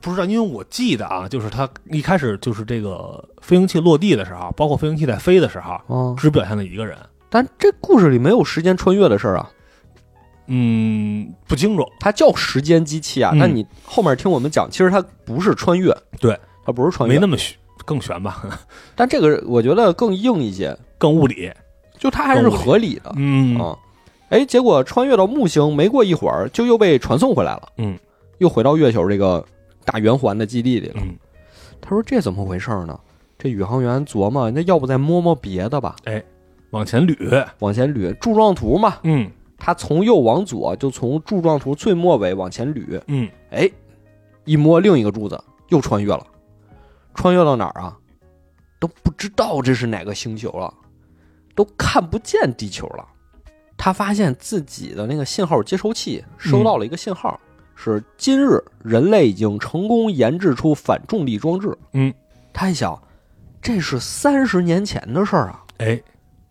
[SPEAKER 2] 不知道，因为我记得啊，就是他一开始就是这个飞行器落地的时候，啊包括飞行器在飞的时候，啊
[SPEAKER 1] 哦，
[SPEAKER 2] 只表现了一个人。
[SPEAKER 1] 但这故事里没有时间穿越的事儿啊，
[SPEAKER 2] 嗯，不清楚。
[SPEAKER 1] 它叫时间机器啊。
[SPEAKER 2] 嗯
[SPEAKER 1] 但你后面听我们讲，其实它不是穿越，
[SPEAKER 2] 对，
[SPEAKER 1] 它不是穿
[SPEAKER 2] 没
[SPEAKER 1] 越
[SPEAKER 2] 那。么悬，更悬吧，
[SPEAKER 1] 但这个我觉得更硬一些，
[SPEAKER 2] 更物理。
[SPEAKER 1] 哦就它还是
[SPEAKER 2] 更物理
[SPEAKER 1] 合理的。
[SPEAKER 2] 嗯
[SPEAKER 1] 啊，哎，结果穿越到木星，没过一会儿就又被传送回来了，
[SPEAKER 2] 嗯，
[SPEAKER 1] 又回到月球这个大圆环的基地里了。
[SPEAKER 2] 嗯，
[SPEAKER 1] 他说这怎么回事儿呢？这宇航员琢磨，那要不再摸摸别的吧？
[SPEAKER 2] 往前捋。
[SPEAKER 1] 往前捋柱状图嘛，
[SPEAKER 2] 嗯
[SPEAKER 1] 他从右往左，就从柱状图最末尾往前捋，
[SPEAKER 2] 嗯，
[SPEAKER 1] 哎，一摸另一个柱子，又穿越了，穿越到哪儿啊？都不知道这是哪个星球了，都看不见地球了。他发现自己的那个信号接收器收到了一个信号，是今日人类已经成功研制出反重力装置。
[SPEAKER 2] 嗯，
[SPEAKER 1] 他一想，这是三十年前的事儿啊，
[SPEAKER 2] 哎，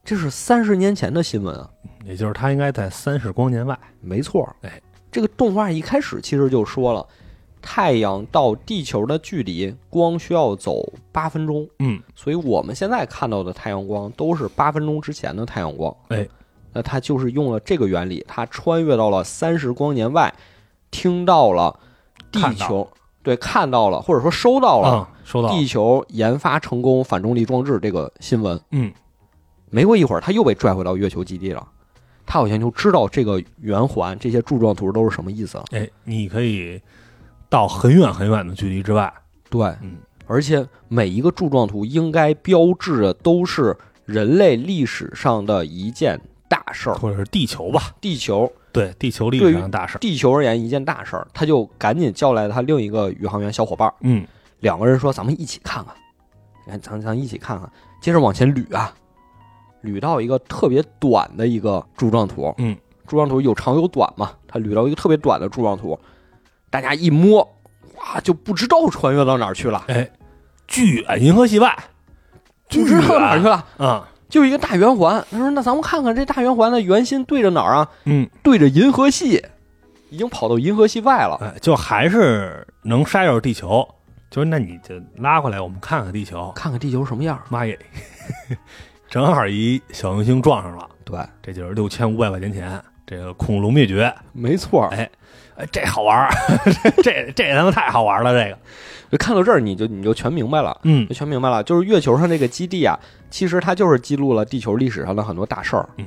[SPEAKER 1] 这是三十年前的新闻啊。
[SPEAKER 2] 也就是他应该在三十光年外。
[SPEAKER 1] 没错，
[SPEAKER 2] 哎，
[SPEAKER 1] 这个动画一开始其实就说了，太阳到地球的距离光需要走八分钟，
[SPEAKER 2] 嗯，
[SPEAKER 1] 所以我们现在看到的太阳光都是八分钟之前的太阳光。
[SPEAKER 2] 哎，
[SPEAKER 1] 那它就是用了这个原理，它穿越到了三十光年外，听到了地
[SPEAKER 2] 看到
[SPEAKER 1] 球，对，看到了或者说收到了、
[SPEAKER 2] 啊，收到了。
[SPEAKER 1] 地球研发成功反重力装置这个新闻。
[SPEAKER 2] 嗯，
[SPEAKER 1] 没过一会儿，他又被拽回到月球基地了。他好像就知道这个圆环、这些柱状图都是什么意思了。
[SPEAKER 2] 哎，你可以到很远很远的距离之外。
[SPEAKER 1] 对，
[SPEAKER 2] 嗯，
[SPEAKER 1] 而且每一个柱状图应该标志的都是人类历史上的一件大事儿。
[SPEAKER 2] 或者是地球吧。
[SPEAKER 1] 地球，
[SPEAKER 2] 对，地球历史上的大事儿。
[SPEAKER 1] 地球而言一件大事儿，他就赶紧叫来他另一个宇航员小伙伴儿，
[SPEAKER 2] 嗯
[SPEAKER 1] 两个人说：“咱们一起看看，哎咱咱一起看看。”接着往前捋啊，捋到一个特别短的一个柱状图。
[SPEAKER 2] 嗯，
[SPEAKER 1] 柱状图有长有短嘛，它捋到一个特别短的柱状图，大家一摸，哇，就不知道穿越到哪儿去了，
[SPEAKER 2] 哎，巨远，银河系外。
[SPEAKER 1] 不知道哪儿去了，
[SPEAKER 2] 啊。
[SPEAKER 1] 就一个大圆环。他说：“那咱们看看这大圆环的圆心对着哪儿啊？
[SPEAKER 2] 嗯，
[SPEAKER 1] 对着银河系，已经跑到银河系外了。
[SPEAKER 2] 哎，就还是能筛着地球。就是那你就拉回来，我们看看地球。
[SPEAKER 1] 看看地球什么样儿。
[SPEAKER 2] 妈耶， 正好一小行星撞上了，”
[SPEAKER 1] 对，
[SPEAKER 2] 这就是六千五百块钱前，这个恐龙灭绝。
[SPEAKER 1] 没错儿。
[SPEAKER 2] 哎，这好玩儿， 这这他妈太好玩了，这个，
[SPEAKER 1] 就看到这儿，你就你就全明白了。
[SPEAKER 2] 嗯
[SPEAKER 1] 就全明白了，就是月球上这个基地啊，其实它就是记录了地球历史上的很多大事儿。
[SPEAKER 2] 嗯，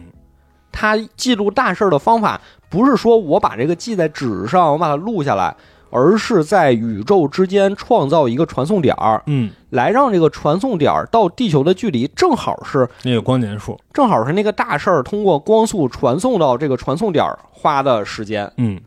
[SPEAKER 1] 它记录大事儿的方法不是说我把这个记在纸上，我把它录下来，而是在宇宙之间创造一个传送点儿，
[SPEAKER 2] 嗯，
[SPEAKER 1] 来让这个传送点儿到地球的距离正好是
[SPEAKER 2] 那个光年数，
[SPEAKER 1] 正好是那个大事儿通过光速传送到这个传送点儿花的时间。
[SPEAKER 2] 嗯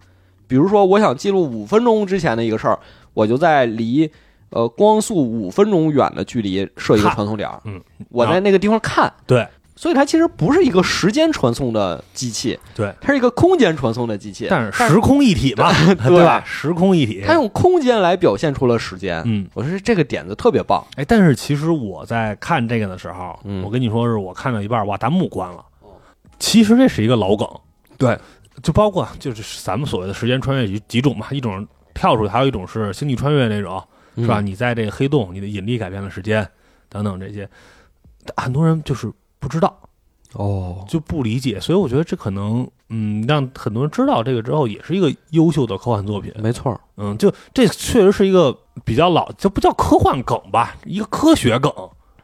[SPEAKER 1] 比如说，我想记录五分钟之前的一个事儿，我就在离呃光速五分钟远的距离设一个
[SPEAKER 2] 看
[SPEAKER 1] 传送点儿。
[SPEAKER 2] 嗯，
[SPEAKER 1] 我在那个地方看。
[SPEAKER 2] 对，
[SPEAKER 1] 所以它其实不是一个时间传送的机器，
[SPEAKER 2] 对，
[SPEAKER 1] 它是一个空间传送的机器。
[SPEAKER 2] 但是时空一体嘛， 对吧？时空一体，
[SPEAKER 1] 它用空间来表现出了时间。
[SPEAKER 2] 嗯，
[SPEAKER 1] 我说这个点子特别棒。
[SPEAKER 2] 哎，但是其实我在看这个的时候，
[SPEAKER 1] 嗯哦
[SPEAKER 2] 我跟你说是我看到一半，哇，弹幕关了。其实这是一个老梗，
[SPEAKER 1] 对，
[SPEAKER 2] 就包括就是咱们所谓的时间穿越几几种嘛，一种是跳出去，还有一种是星际穿越那种，
[SPEAKER 1] 嗯
[SPEAKER 2] 是吧？？你在这个黑洞，你的引力改变了时间，等等这些，很多人就是不知道，
[SPEAKER 1] 哦，
[SPEAKER 2] 就不理解，所以我觉得这可能，嗯，让很多人知道这个之后，也是一个优秀的科幻作品。
[SPEAKER 1] 没错儿。
[SPEAKER 2] 嗯，就这确实是一个比较老，这不叫科幻梗吧？一个科学梗，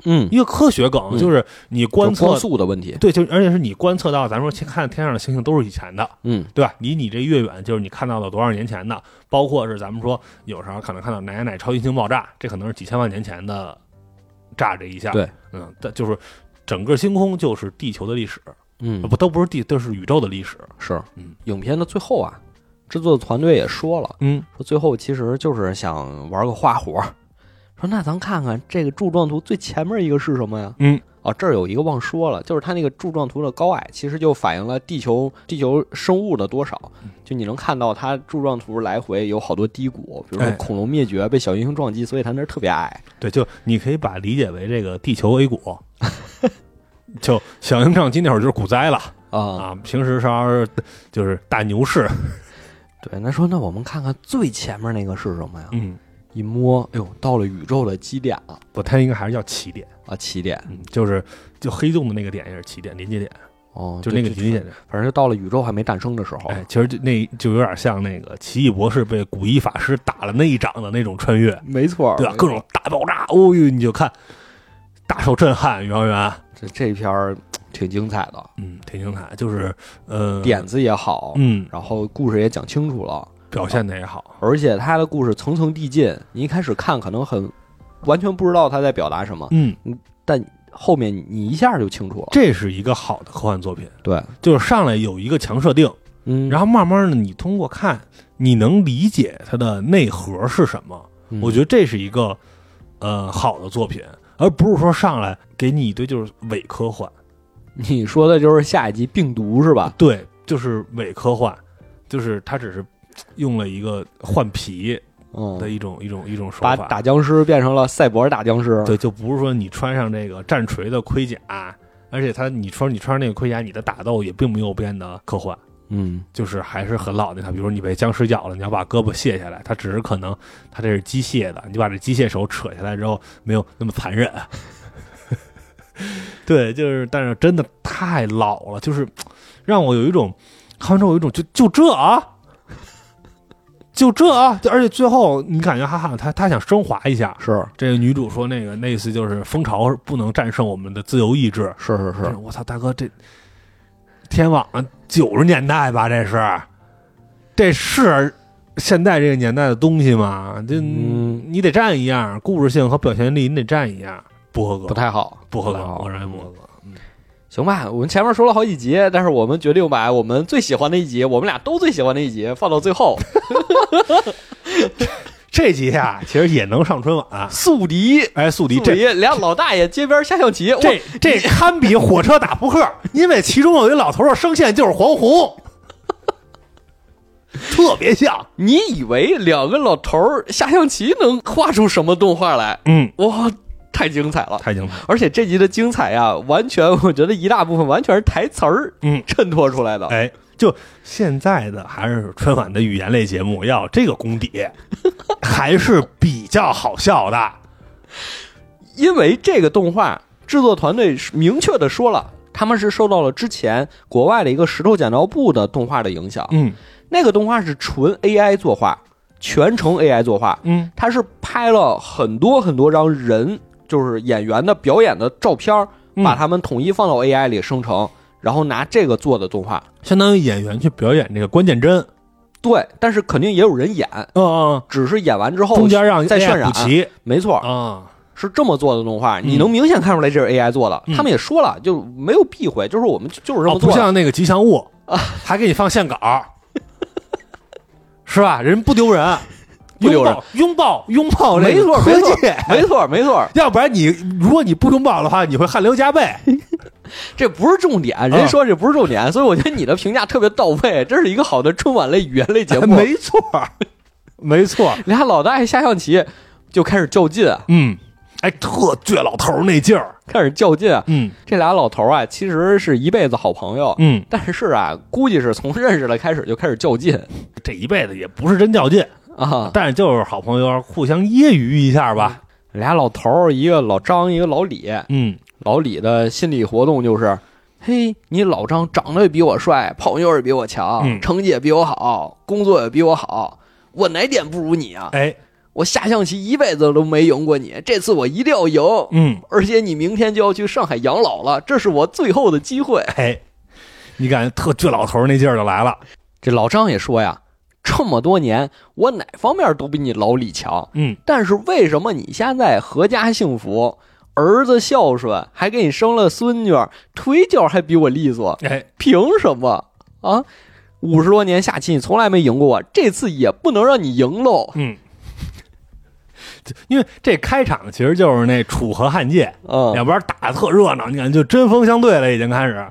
[SPEAKER 1] 嗯，
[SPEAKER 2] 一个科学梗，
[SPEAKER 1] 嗯
[SPEAKER 2] 就是你观
[SPEAKER 1] 就光
[SPEAKER 2] 测，
[SPEAKER 1] 速的问题。
[SPEAKER 2] 对，就而且是你观测到，咱们说看天上的星星都是以前的，
[SPEAKER 1] 嗯，
[SPEAKER 2] 对吧？离你这越远，就是你看到了多少年前的，包括是咱们说有时候可能看到哪哪哪超新星爆炸，这可能是几千万年前的炸这一下。
[SPEAKER 1] 对，
[SPEAKER 2] 嗯，但就是整个星空就是地球的历史，
[SPEAKER 1] 嗯，
[SPEAKER 2] 不都不是地，都是宇宙的历史。
[SPEAKER 1] 是，
[SPEAKER 2] 嗯，
[SPEAKER 1] 影片的最后啊，制作团队也说了，
[SPEAKER 2] 嗯，
[SPEAKER 1] 说最后其实就是想玩个花活，说那咱看看这个柱状图最前面一个是什么呀？
[SPEAKER 2] 嗯，
[SPEAKER 1] 哦，这儿有一个忘说了，就是它那个柱状图的高矮，其实就反映了地球地球生物的多少，
[SPEAKER 2] 嗯
[SPEAKER 1] 就你能看到它柱状图来回有好多低谷，比如说
[SPEAKER 2] 哎
[SPEAKER 1] 恐龙灭绝被小行星撞击，所以它那儿特别矮。
[SPEAKER 2] 对，就你可以把理解为这个地球 A 股，就小型撞击那会儿就是股灾了
[SPEAKER 1] 啊、
[SPEAKER 2] 啊，平时稍微就是大牛市，
[SPEAKER 1] 对，那说那我们看看最前面那个是什么呀？
[SPEAKER 2] 嗯，
[SPEAKER 1] 一摸，哎呦，到了宇宙的基点了
[SPEAKER 2] 不，它应该还是叫起点，
[SPEAKER 1] 啊，起点
[SPEAKER 2] 嗯，就是就黑洞的那个点也是起点，临界点，
[SPEAKER 1] 哦，
[SPEAKER 2] 就
[SPEAKER 1] 对
[SPEAKER 2] 那个
[SPEAKER 1] 对哦
[SPEAKER 2] 临界点，
[SPEAKER 1] 反正就到了宇宙还没诞生的时候，
[SPEAKER 2] 哎，其实就那就有点像那个奇异博士被古一法师打了那一掌的那种穿越，
[SPEAKER 1] 没错
[SPEAKER 2] 对吧？各种大爆炸，哦呦，你就看大受震撼，宇航员，
[SPEAKER 1] 这这篇儿挺精彩的，
[SPEAKER 2] 嗯，挺精彩，就是呃，
[SPEAKER 1] 点，子也好，
[SPEAKER 2] 嗯，
[SPEAKER 1] 然后故事也讲清楚了，
[SPEAKER 2] 表现的也好，
[SPEAKER 1] 而且他的故事层层递进，你一开始看可能很完全不知道他在表达什么，
[SPEAKER 2] 嗯，
[SPEAKER 1] 后面你一下就清楚了。
[SPEAKER 2] 这是一个好的科幻作品，
[SPEAKER 1] 对，
[SPEAKER 2] 就是上来有一个强设定，
[SPEAKER 1] 嗯，
[SPEAKER 2] 然后慢慢的你通过看，你能理解它的内核是什么，
[SPEAKER 1] 嗯
[SPEAKER 2] 我觉得这是一个呃好的作品，而不是说上来给你一堆就是伪科幻。
[SPEAKER 1] 你说的就是下一集病毒是吧？
[SPEAKER 2] 对，就是伪科幻，就是它只是用了一个换皮的
[SPEAKER 1] 嗯，
[SPEAKER 2] 一种、一种一种手
[SPEAKER 1] 把
[SPEAKER 2] 法，
[SPEAKER 1] 打僵尸变成了赛博大僵尸，
[SPEAKER 2] 对，就不是说你穿上这个战锤的盔甲，而且它你穿你穿上那个盔甲，你的打斗也并没有变得科幻，
[SPEAKER 1] 嗯，
[SPEAKER 2] 就是还是很老那套，比如说你被僵尸咬了，你要把胳膊卸下来，它只是可能它这是机械的，你把这机械手扯下来之后没有那么残忍。啊 对，就是，但是真的太老了，就是让我有一种看完之后有一种就就这啊，就这啊，就而且最后你感觉哈哈，他他想升华一下，
[SPEAKER 1] 是
[SPEAKER 2] 这个女主说那个那意思就是蜂巢不能战胜我们的自由意志，
[SPEAKER 1] 是是
[SPEAKER 2] 不是
[SPEAKER 1] 是，
[SPEAKER 2] 我操，大哥，这天网九十年代吧，这是，这是现在这个年代的东西吗？这、
[SPEAKER 1] 嗯
[SPEAKER 2] 你得占一样，故事性和表现力你得占一样，不合格，
[SPEAKER 1] 不太好，
[SPEAKER 2] 不合格
[SPEAKER 1] 太，好
[SPEAKER 2] 我认为不合格。
[SPEAKER 1] 行吧，我们前面说了好几集，但是我们决定把我们最喜欢的一集，我们俩都最喜欢的一集放到最 后。
[SPEAKER 2] 这集啊，其实也能上春晚。啊
[SPEAKER 1] 宿敌，
[SPEAKER 2] 哎，宿敌
[SPEAKER 1] 宿
[SPEAKER 2] 这。
[SPEAKER 1] 敌俩老大爷街边下象棋，哇
[SPEAKER 2] 这这堪比火车打扑克，因为其中有一老头儿声线就是黄 宏，特别像。
[SPEAKER 1] 你以为两个老头儿下象棋能画出什么动画来？
[SPEAKER 2] 嗯，
[SPEAKER 1] 哇，太精彩了！
[SPEAKER 2] 太精彩了。
[SPEAKER 1] 而且这集的精彩呀、完全我觉得一大部分完全是台词儿
[SPEAKER 2] 嗯，
[SPEAKER 1] 衬托出来的。
[SPEAKER 2] 哎，就现在的还是春晚的语言类节目，要有这个 功底还是比较好笑的。
[SPEAKER 1] 因为这个动画制作团队是明确的说了，他们是受到了之前国外的一个石头剪刀布的动画的影响。
[SPEAKER 2] 嗯
[SPEAKER 1] 那个动画是纯 AI 作画，全程 AI 作画，
[SPEAKER 2] 嗯
[SPEAKER 1] 它是拍了很多很多张人，就是演员的表演的照片儿，
[SPEAKER 2] 嗯
[SPEAKER 1] 把他们统一放到 AI 里生成，然后拿这个做的动画。
[SPEAKER 2] 相当于演员去表演这个关键帧，
[SPEAKER 1] 对，但是肯定也有人演，
[SPEAKER 2] 嗯嗯，
[SPEAKER 1] 只是演完之后
[SPEAKER 2] 中间让
[SPEAKER 1] 再
[SPEAKER 2] AI
[SPEAKER 1] 渲染
[SPEAKER 2] 补齐
[SPEAKER 1] 没错，
[SPEAKER 2] 啊，
[SPEAKER 1] 是这么做的动画，
[SPEAKER 2] 嗯
[SPEAKER 1] 你能明显看出来这是 AI 做的。
[SPEAKER 2] 嗯
[SPEAKER 1] 他们也说了，就没有避讳，就是我们就就是这么
[SPEAKER 2] 哦不
[SPEAKER 1] 做啊的。
[SPEAKER 2] 像那个吉祥物还给你放线稿，是吧？人不丢人，
[SPEAKER 1] 不丢人
[SPEAKER 2] 拥抱，拥抱拥抱这
[SPEAKER 1] 没
[SPEAKER 2] 个
[SPEAKER 1] 错，
[SPEAKER 2] 科
[SPEAKER 1] 没错
[SPEAKER 2] 技，，
[SPEAKER 1] 没错，没错，
[SPEAKER 2] 要不然你如果你不拥抱的话，你会汗流浃背。
[SPEAKER 1] 这不是重点，人家说这不是重点，所以我觉得你的评价特别到位， 这是一个好的春晚类语言类节目。
[SPEAKER 2] 没错儿，没错儿，
[SPEAKER 1] 俩老大爷下象棋就开始较劲，啊
[SPEAKER 2] 嗯，哎，特倔老头儿那劲儿，
[SPEAKER 1] 开始较劲。啊
[SPEAKER 2] 嗯
[SPEAKER 1] 这俩老头啊，其实是一辈子好朋友，
[SPEAKER 2] 嗯，
[SPEAKER 1] 但是啊，估计是从认识了开始就开始较劲
[SPEAKER 2] 这一辈子也不是真较劲，
[SPEAKER 1] 啊。
[SPEAKER 2] 但是就是好朋友互相揶揄一下吧，
[SPEAKER 1] 俩老头儿，一个老张，一个老李。
[SPEAKER 2] 嗯，
[SPEAKER 1] 老李的心理活动就是：嘿，你老张长得也比我帅，朋友也比我强，
[SPEAKER 2] 嗯
[SPEAKER 1] 成绩也比我好，工作也比我好，我哪点不如你啊？
[SPEAKER 2] 哎，
[SPEAKER 1] 我下象棋一辈子都没赢过你，这次我一定要赢。
[SPEAKER 2] 嗯
[SPEAKER 1] 而且你明天就要去上海养老了，这是我最后的机会。
[SPEAKER 2] 哎，你感觉特倔老头儿那劲儿就来了，
[SPEAKER 1] 这老张也说呀，这么多年我哪方面都比你老李强，
[SPEAKER 2] 嗯
[SPEAKER 1] 但是为什么你现在阖家幸福，儿子孝顺，还给你生了孙女儿，腿脚还比我利索，
[SPEAKER 2] 哎，
[SPEAKER 1] 凭什么啊？五十多年下棋，你从来没赢过我，这次也不能让你赢喽。
[SPEAKER 2] 嗯，因为这开场其实就是那楚河汉界，
[SPEAKER 1] 嗯
[SPEAKER 2] 两边打的特热闹，你感觉就针锋相对了，已经开始。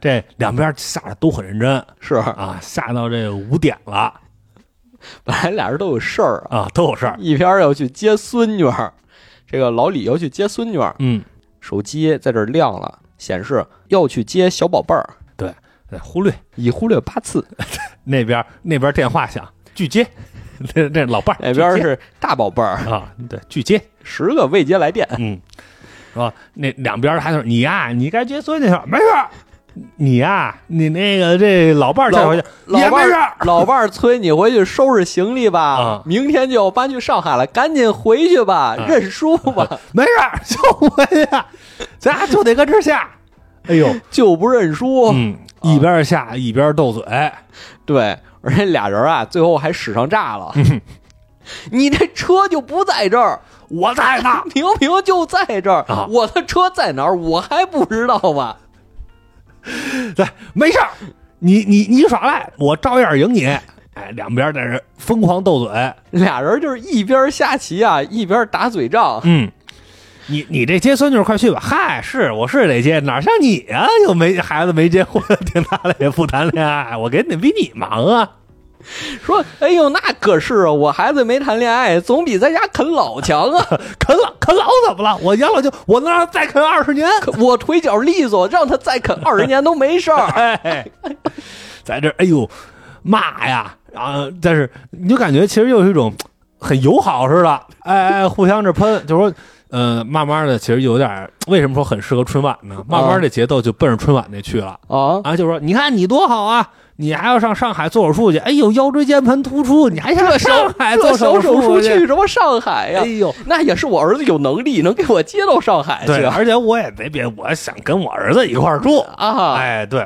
[SPEAKER 2] 这两边下的都很认真
[SPEAKER 1] 是，
[SPEAKER 2] 啊，下到这五点了
[SPEAKER 1] 本来俩人都有事儿啊，
[SPEAKER 2] 啊，都有事儿。
[SPEAKER 1] 一边儿要去接孙女儿，这个老李要去接孙女儿，
[SPEAKER 2] 嗯，
[SPEAKER 1] 手机在这儿亮了，显示要去接小宝贝儿，
[SPEAKER 2] 对忽略
[SPEAKER 1] 已忽略八次。
[SPEAKER 2] 那边那边电话响，拒接。 这这老伴儿
[SPEAKER 1] 那边儿
[SPEAKER 2] 拒接
[SPEAKER 1] 是大宝贝儿，
[SPEAKER 2] 啊，对拒接，
[SPEAKER 1] 十个未接来电，
[SPEAKER 2] 嗯，是吧？那两边还是你呀、你该接孙女去，没事儿。你呀、你那个这老伴儿再回去
[SPEAKER 1] 老
[SPEAKER 2] 也没
[SPEAKER 1] 伴
[SPEAKER 2] 事儿
[SPEAKER 1] 儿，老伴儿催你回去收拾行李吧，
[SPEAKER 2] 啊
[SPEAKER 1] 明天就要搬去上海了，赶紧回去吧，
[SPEAKER 2] 啊
[SPEAKER 1] 认输 吧，
[SPEAKER 2] 没事儿，就我呀，咱俩就得搁这儿下。哎呦，
[SPEAKER 1] 就不认输。
[SPEAKER 2] 嗯，一边下一边斗嘴，
[SPEAKER 1] 对，而且俩人啊，最后还使上诈了。
[SPEAKER 2] 嗯
[SPEAKER 1] 你这车就不在这儿，
[SPEAKER 2] 我在呢。
[SPEAKER 1] 明明就在这儿，
[SPEAKER 2] 啊
[SPEAKER 1] 我的车在哪儿，我还不知道啊吗？
[SPEAKER 2] 对，没事儿，你你你耍赖，我照样赢你。哎，两边在这疯狂斗嘴。
[SPEAKER 1] 俩人就是一边下棋啊，一边打嘴仗。
[SPEAKER 2] 嗯，你你这接孙女儿快去吧。嗨，是我是得接，哪像你啊，又没孩子没 结婚，挺大了也不谈恋爱，我给你比你忙啊。
[SPEAKER 1] 说，哎呦，那可是啊，我孩子没谈恋爱，总比在家啃老强 啊。
[SPEAKER 2] 啃老啃老怎么了？我养老就我能让他再啃二十年。
[SPEAKER 1] 可我腿脚利索，让他再啃二十年都没事儿。
[SPEAKER 2] 哎，在这儿哎呦骂呀，然、后但是你就感觉其实又是一种很友好似的，哎哎，互相这喷，就说。呃，慢慢的，其实有点儿为什么说很适合春晚呢？慢慢这节奏就奔着春晚那去了
[SPEAKER 1] 啊，
[SPEAKER 2] 啊，就说你看你多好啊，你还要上上海做手术去，哎呦腰椎间盘突出，你还上上海做
[SPEAKER 1] 这小手术
[SPEAKER 2] 去，
[SPEAKER 1] 去什么上海呀
[SPEAKER 2] 哎？呦，哎
[SPEAKER 1] 那也是我儿子有能力，能给我接到上海去
[SPEAKER 2] 对，
[SPEAKER 1] 啊
[SPEAKER 2] 而且我也没别，我想跟我儿子一块儿住，
[SPEAKER 1] 啊！
[SPEAKER 2] 哎，对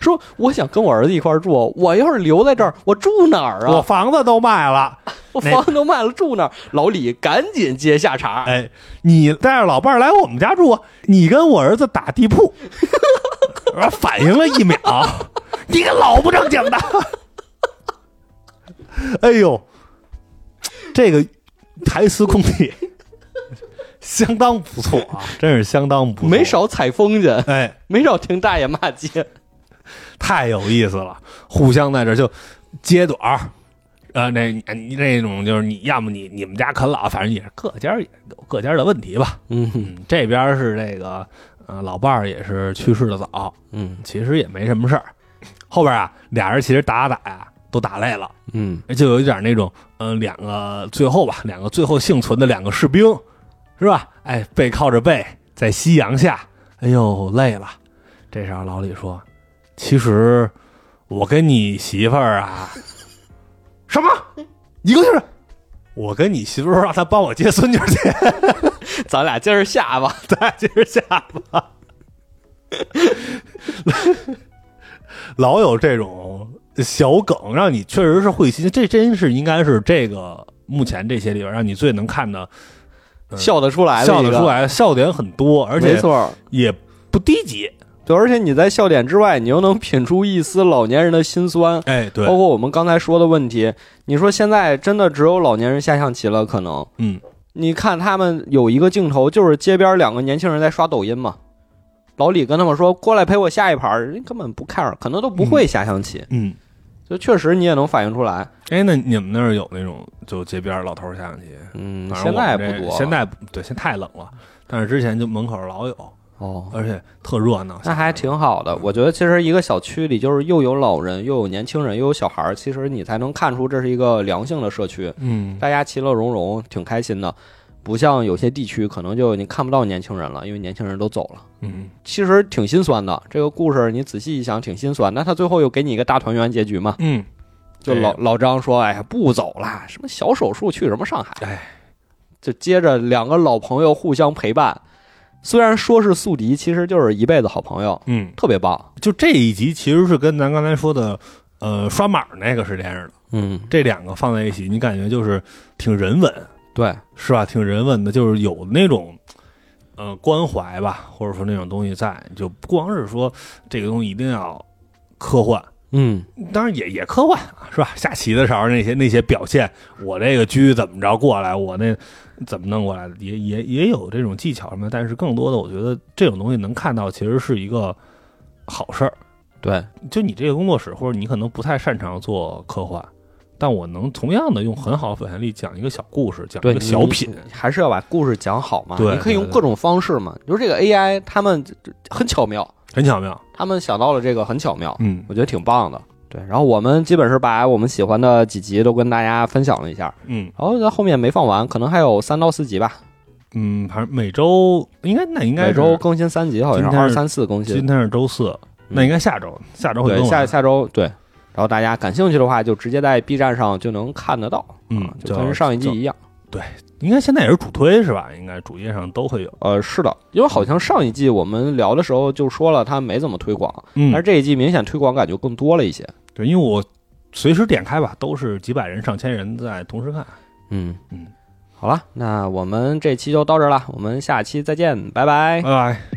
[SPEAKER 1] 说我想跟我儿子一块儿住，我要是留在这儿，我住哪儿
[SPEAKER 2] 我
[SPEAKER 1] 啊？
[SPEAKER 2] 房子都卖了，
[SPEAKER 1] 我房都卖了，住哪儿？老李赶紧接下茬，
[SPEAKER 2] 哎，你带着老伴儿来我们家住啊，你跟我儿子打地铺， 然后反应了一秒，你个老不正经的，哎呦，这个台词功底相当不错啊，真是相当不错，
[SPEAKER 1] 没，少采风去，
[SPEAKER 2] 哎，
[SPEAKER 1] 没少听大爷骂街。
[SPEAKER 2] 太有意思了，互相在这儿就接短儿。呃，那你那种就是你要么你你们家啃老，反正也是各家儿也有各家儿的问题吧。
[SPEAKER 1] 嗯
[SPEAKER 2] 嗯，这边儿是这个，呃，老伴儿也是去世的早，
[SPEAKER 1] 嗯
[SPEAKER 2] 其实也没什么事儿。后边啊，俩人其实打打呀、都打累了，
[SPEAKER 1] 嗯，
[SPEAKER 2] 就有一点那种，嗯、两个最后吧，两个最后幸存的两个士兵，是吧？哎，背靠着背，在夕阳下，哎呦，累了。这时候老李说：“其实我跟你媳妇儿啊， 什么？你给我就是，我跟你媳妇儿让她帮我接孙女儿去。”
[SPEAKER 1] 咱俩接着下 吧。
[SPEAKER 2] 大今儿下吧。老有这种小梗，让你确实是会心。这真是应该是这个目前这些里边让你最能看的，嗯
[SPEAKER 1] 笑得出来的，
[SPEAKER 2] 笑得出，来的笑点很多，而
[SPEAKER 1] 没
[SPEAKER 2] 且
[SPEAKER 1] 错。
[SPEAKER 2] 也不低级。
[SPEAKER 1] 对，而且你在笑点之外，你又能品出一丝老年人的心酸，
[SPEAKER 2] 哎，对
[SPEAKER 1] 包，括我们刚才说的问题。你说现在真的只有老年人下象棋了？可能
[SPEAKER 2] 嗯，
[SPEAKER 1] 你看他们有一个镜头，就是街边两个年轻人在刷抖音嘛。老李跟他们说：“过来陪我下一盘儿。”人家根本不 care，可能都不会下象棋。
[SPEAKER 2] 嗯。
[SPEAKER 1] 就确实你也能反映出来，
[SPEAKER 2] 哎，那你们那儿有那种就街边老头儿下象棋？
[SPEAKER 1] 嗯，
[SPEAKER 2] 反
[SPEAKER 1] 现
[SPEAKER 2] 正我们
[SPEAKER 1] 在
[SPEAKER 2] 这
[SPEAKER 1] 不多了，
[SPEAKER 2] 现在对，现在太冷了。但是之前就门口老有，
[SPEAKER 1] 哦，
[SPEAKER 2] 而且特热闹。
[SPEAKER 1] 那还挺好的。我觉得其实一个小区里就是又有老人，又有年轻人，又有小孩儿，其实你才能看出这是一个良性的社区。
[SPEAKER 2] 嗯，
[SPEAKER 1] 大家其乐融融，挺开心的。不像有些地区可能就你看不到年轻人了，因为年轻人都走了。
[SPEAKER 2] 嗯，
[SPEAKER 1] 其实挺心酸的，这个故事你仔细一想挺心酸。那他最后又给你一个大团圆结局嘛？
[SPEAKER 2] 嗯，
[SPEAKER 1] 就
[SPEAKER 2] 对
[SPEAKER 1] 老老张说：“哎呀，不走啦，什么小手术去什么上海？”
[SPEAKER 2] 哎，
[SPEAKER 1] 就接着两个老朋友互相陪伴，虽然说是宿敌，其实就是一辈子好朋友，
[SPEAKER 2] 嗯，
[SPEAKER 1] 特别棒。
[SPEAKER 2] 就这一集其实是跟咱刚才说的，呃，刷码那个是连着的，
[SPEAKER 1] 嗯，
[SPEAKER 2] 这两个放在一起，你感觉就是挺人文，
[SPEAKER 1] 对，
[SPEAKER 2] 是吧？挺人文的，就是有那种呃关怀吧，或者说那种东西在，就不光是说这个东西一定要科幻，
[SPEAKER 1] 嗯
[SPEAKER 2] 当然也也科幻啊是吧？下棋的时候那些 那些表现，我这个车怎么着过来，我那怎么弄过来的，也也也有这种技巧什么的，但是更多的我觉得这种东西能看到，其实是一个好事儿。
[SPEAKER 1] 对，
[SPEAKER 2] 就你这个工作室，或者你可能不太擅长做科幻，但我能同样的用很好的表现力讲一个小故事，讲
[SPEAKER 1] 对
[SPEAKER 2] 一个小品，
[SPEAKER 1] 你还是要把故事讲好嘛。
[SPEAKER 2] 对
[SPEAKER 1] 你可以用
[SPEAKER 2] 对对
[SPEAKER 1] 各种方式嘛。你说这个 AI，他们很巧妙，
[SPEAKER 2] 很巧妙。
[SPEAKER 1] 他们想到了这个很巧妙，
[SPEAKER 2] 嗯
[SPEAKER 1] 我觉得挺棒的。对，然后我们基本是把我们喜欢的几集都跟大家分享了一下，
[SPEAKER 2] 嗯
[SPEAKER 1] 然后在后面没放完，可能还有三到四集吧，
[SPEAKER 2] 嗯，反正每周应该那应
[SPEAKER 1] 每
[SPEAKER 2] 该是
[SPEAKER 1] 周更新三集，好像
[SPEAKER 2] 今
[SPEAKER 1] 是
[SPEAKER 2] 天
[SPEAKER 1] 二
[SPEAKER 2] 是
[SPEAKER 1] 三四更
[SPEAKER 2] 今
[SPEAKER 1] 新。
[SPEAKER 2] 天是周四，那应该下周下周
[SPEAKER 1] 嗯
[SPEAKER 2] 会
[SPEAKER 1] 对
[SPEAKER 2] 更，
[SPEAKER 1] 下
[SPEAKER 2] 完
[SPEAKER 1] 下周对，然后大家感兴趣的话，就直接在 B 站上就能看得到，
[SPEAKER 2] 嗯
[SPEAKER 1] 啊，就跟上一季
[SPEAKER 2] 就嗯
[SPEAKER 1] 一样。
[SPEAKER 2] 应该现在也是主推是吧？应该主页上都会有。
[SPEAKER 1] 呃，是的，因为好像上一季我们聊的时候就说了，它没怎么推广，
[SPEAKER 2] 嗯
[SPEAKER 1] 但是这一季明显推广感觉更多了一些。
[SPEAKER 2] 对，因为我随时点开吧，都是几百人、上千人在同时看。
[SPEAKER 1] 嗯
[SPEAKER 2] 嗯，
[SPEAKER 1] 好了，那我们这期就到这儿了，我们下期再见，拜拜
[SPEAKER 2] 拜。拜。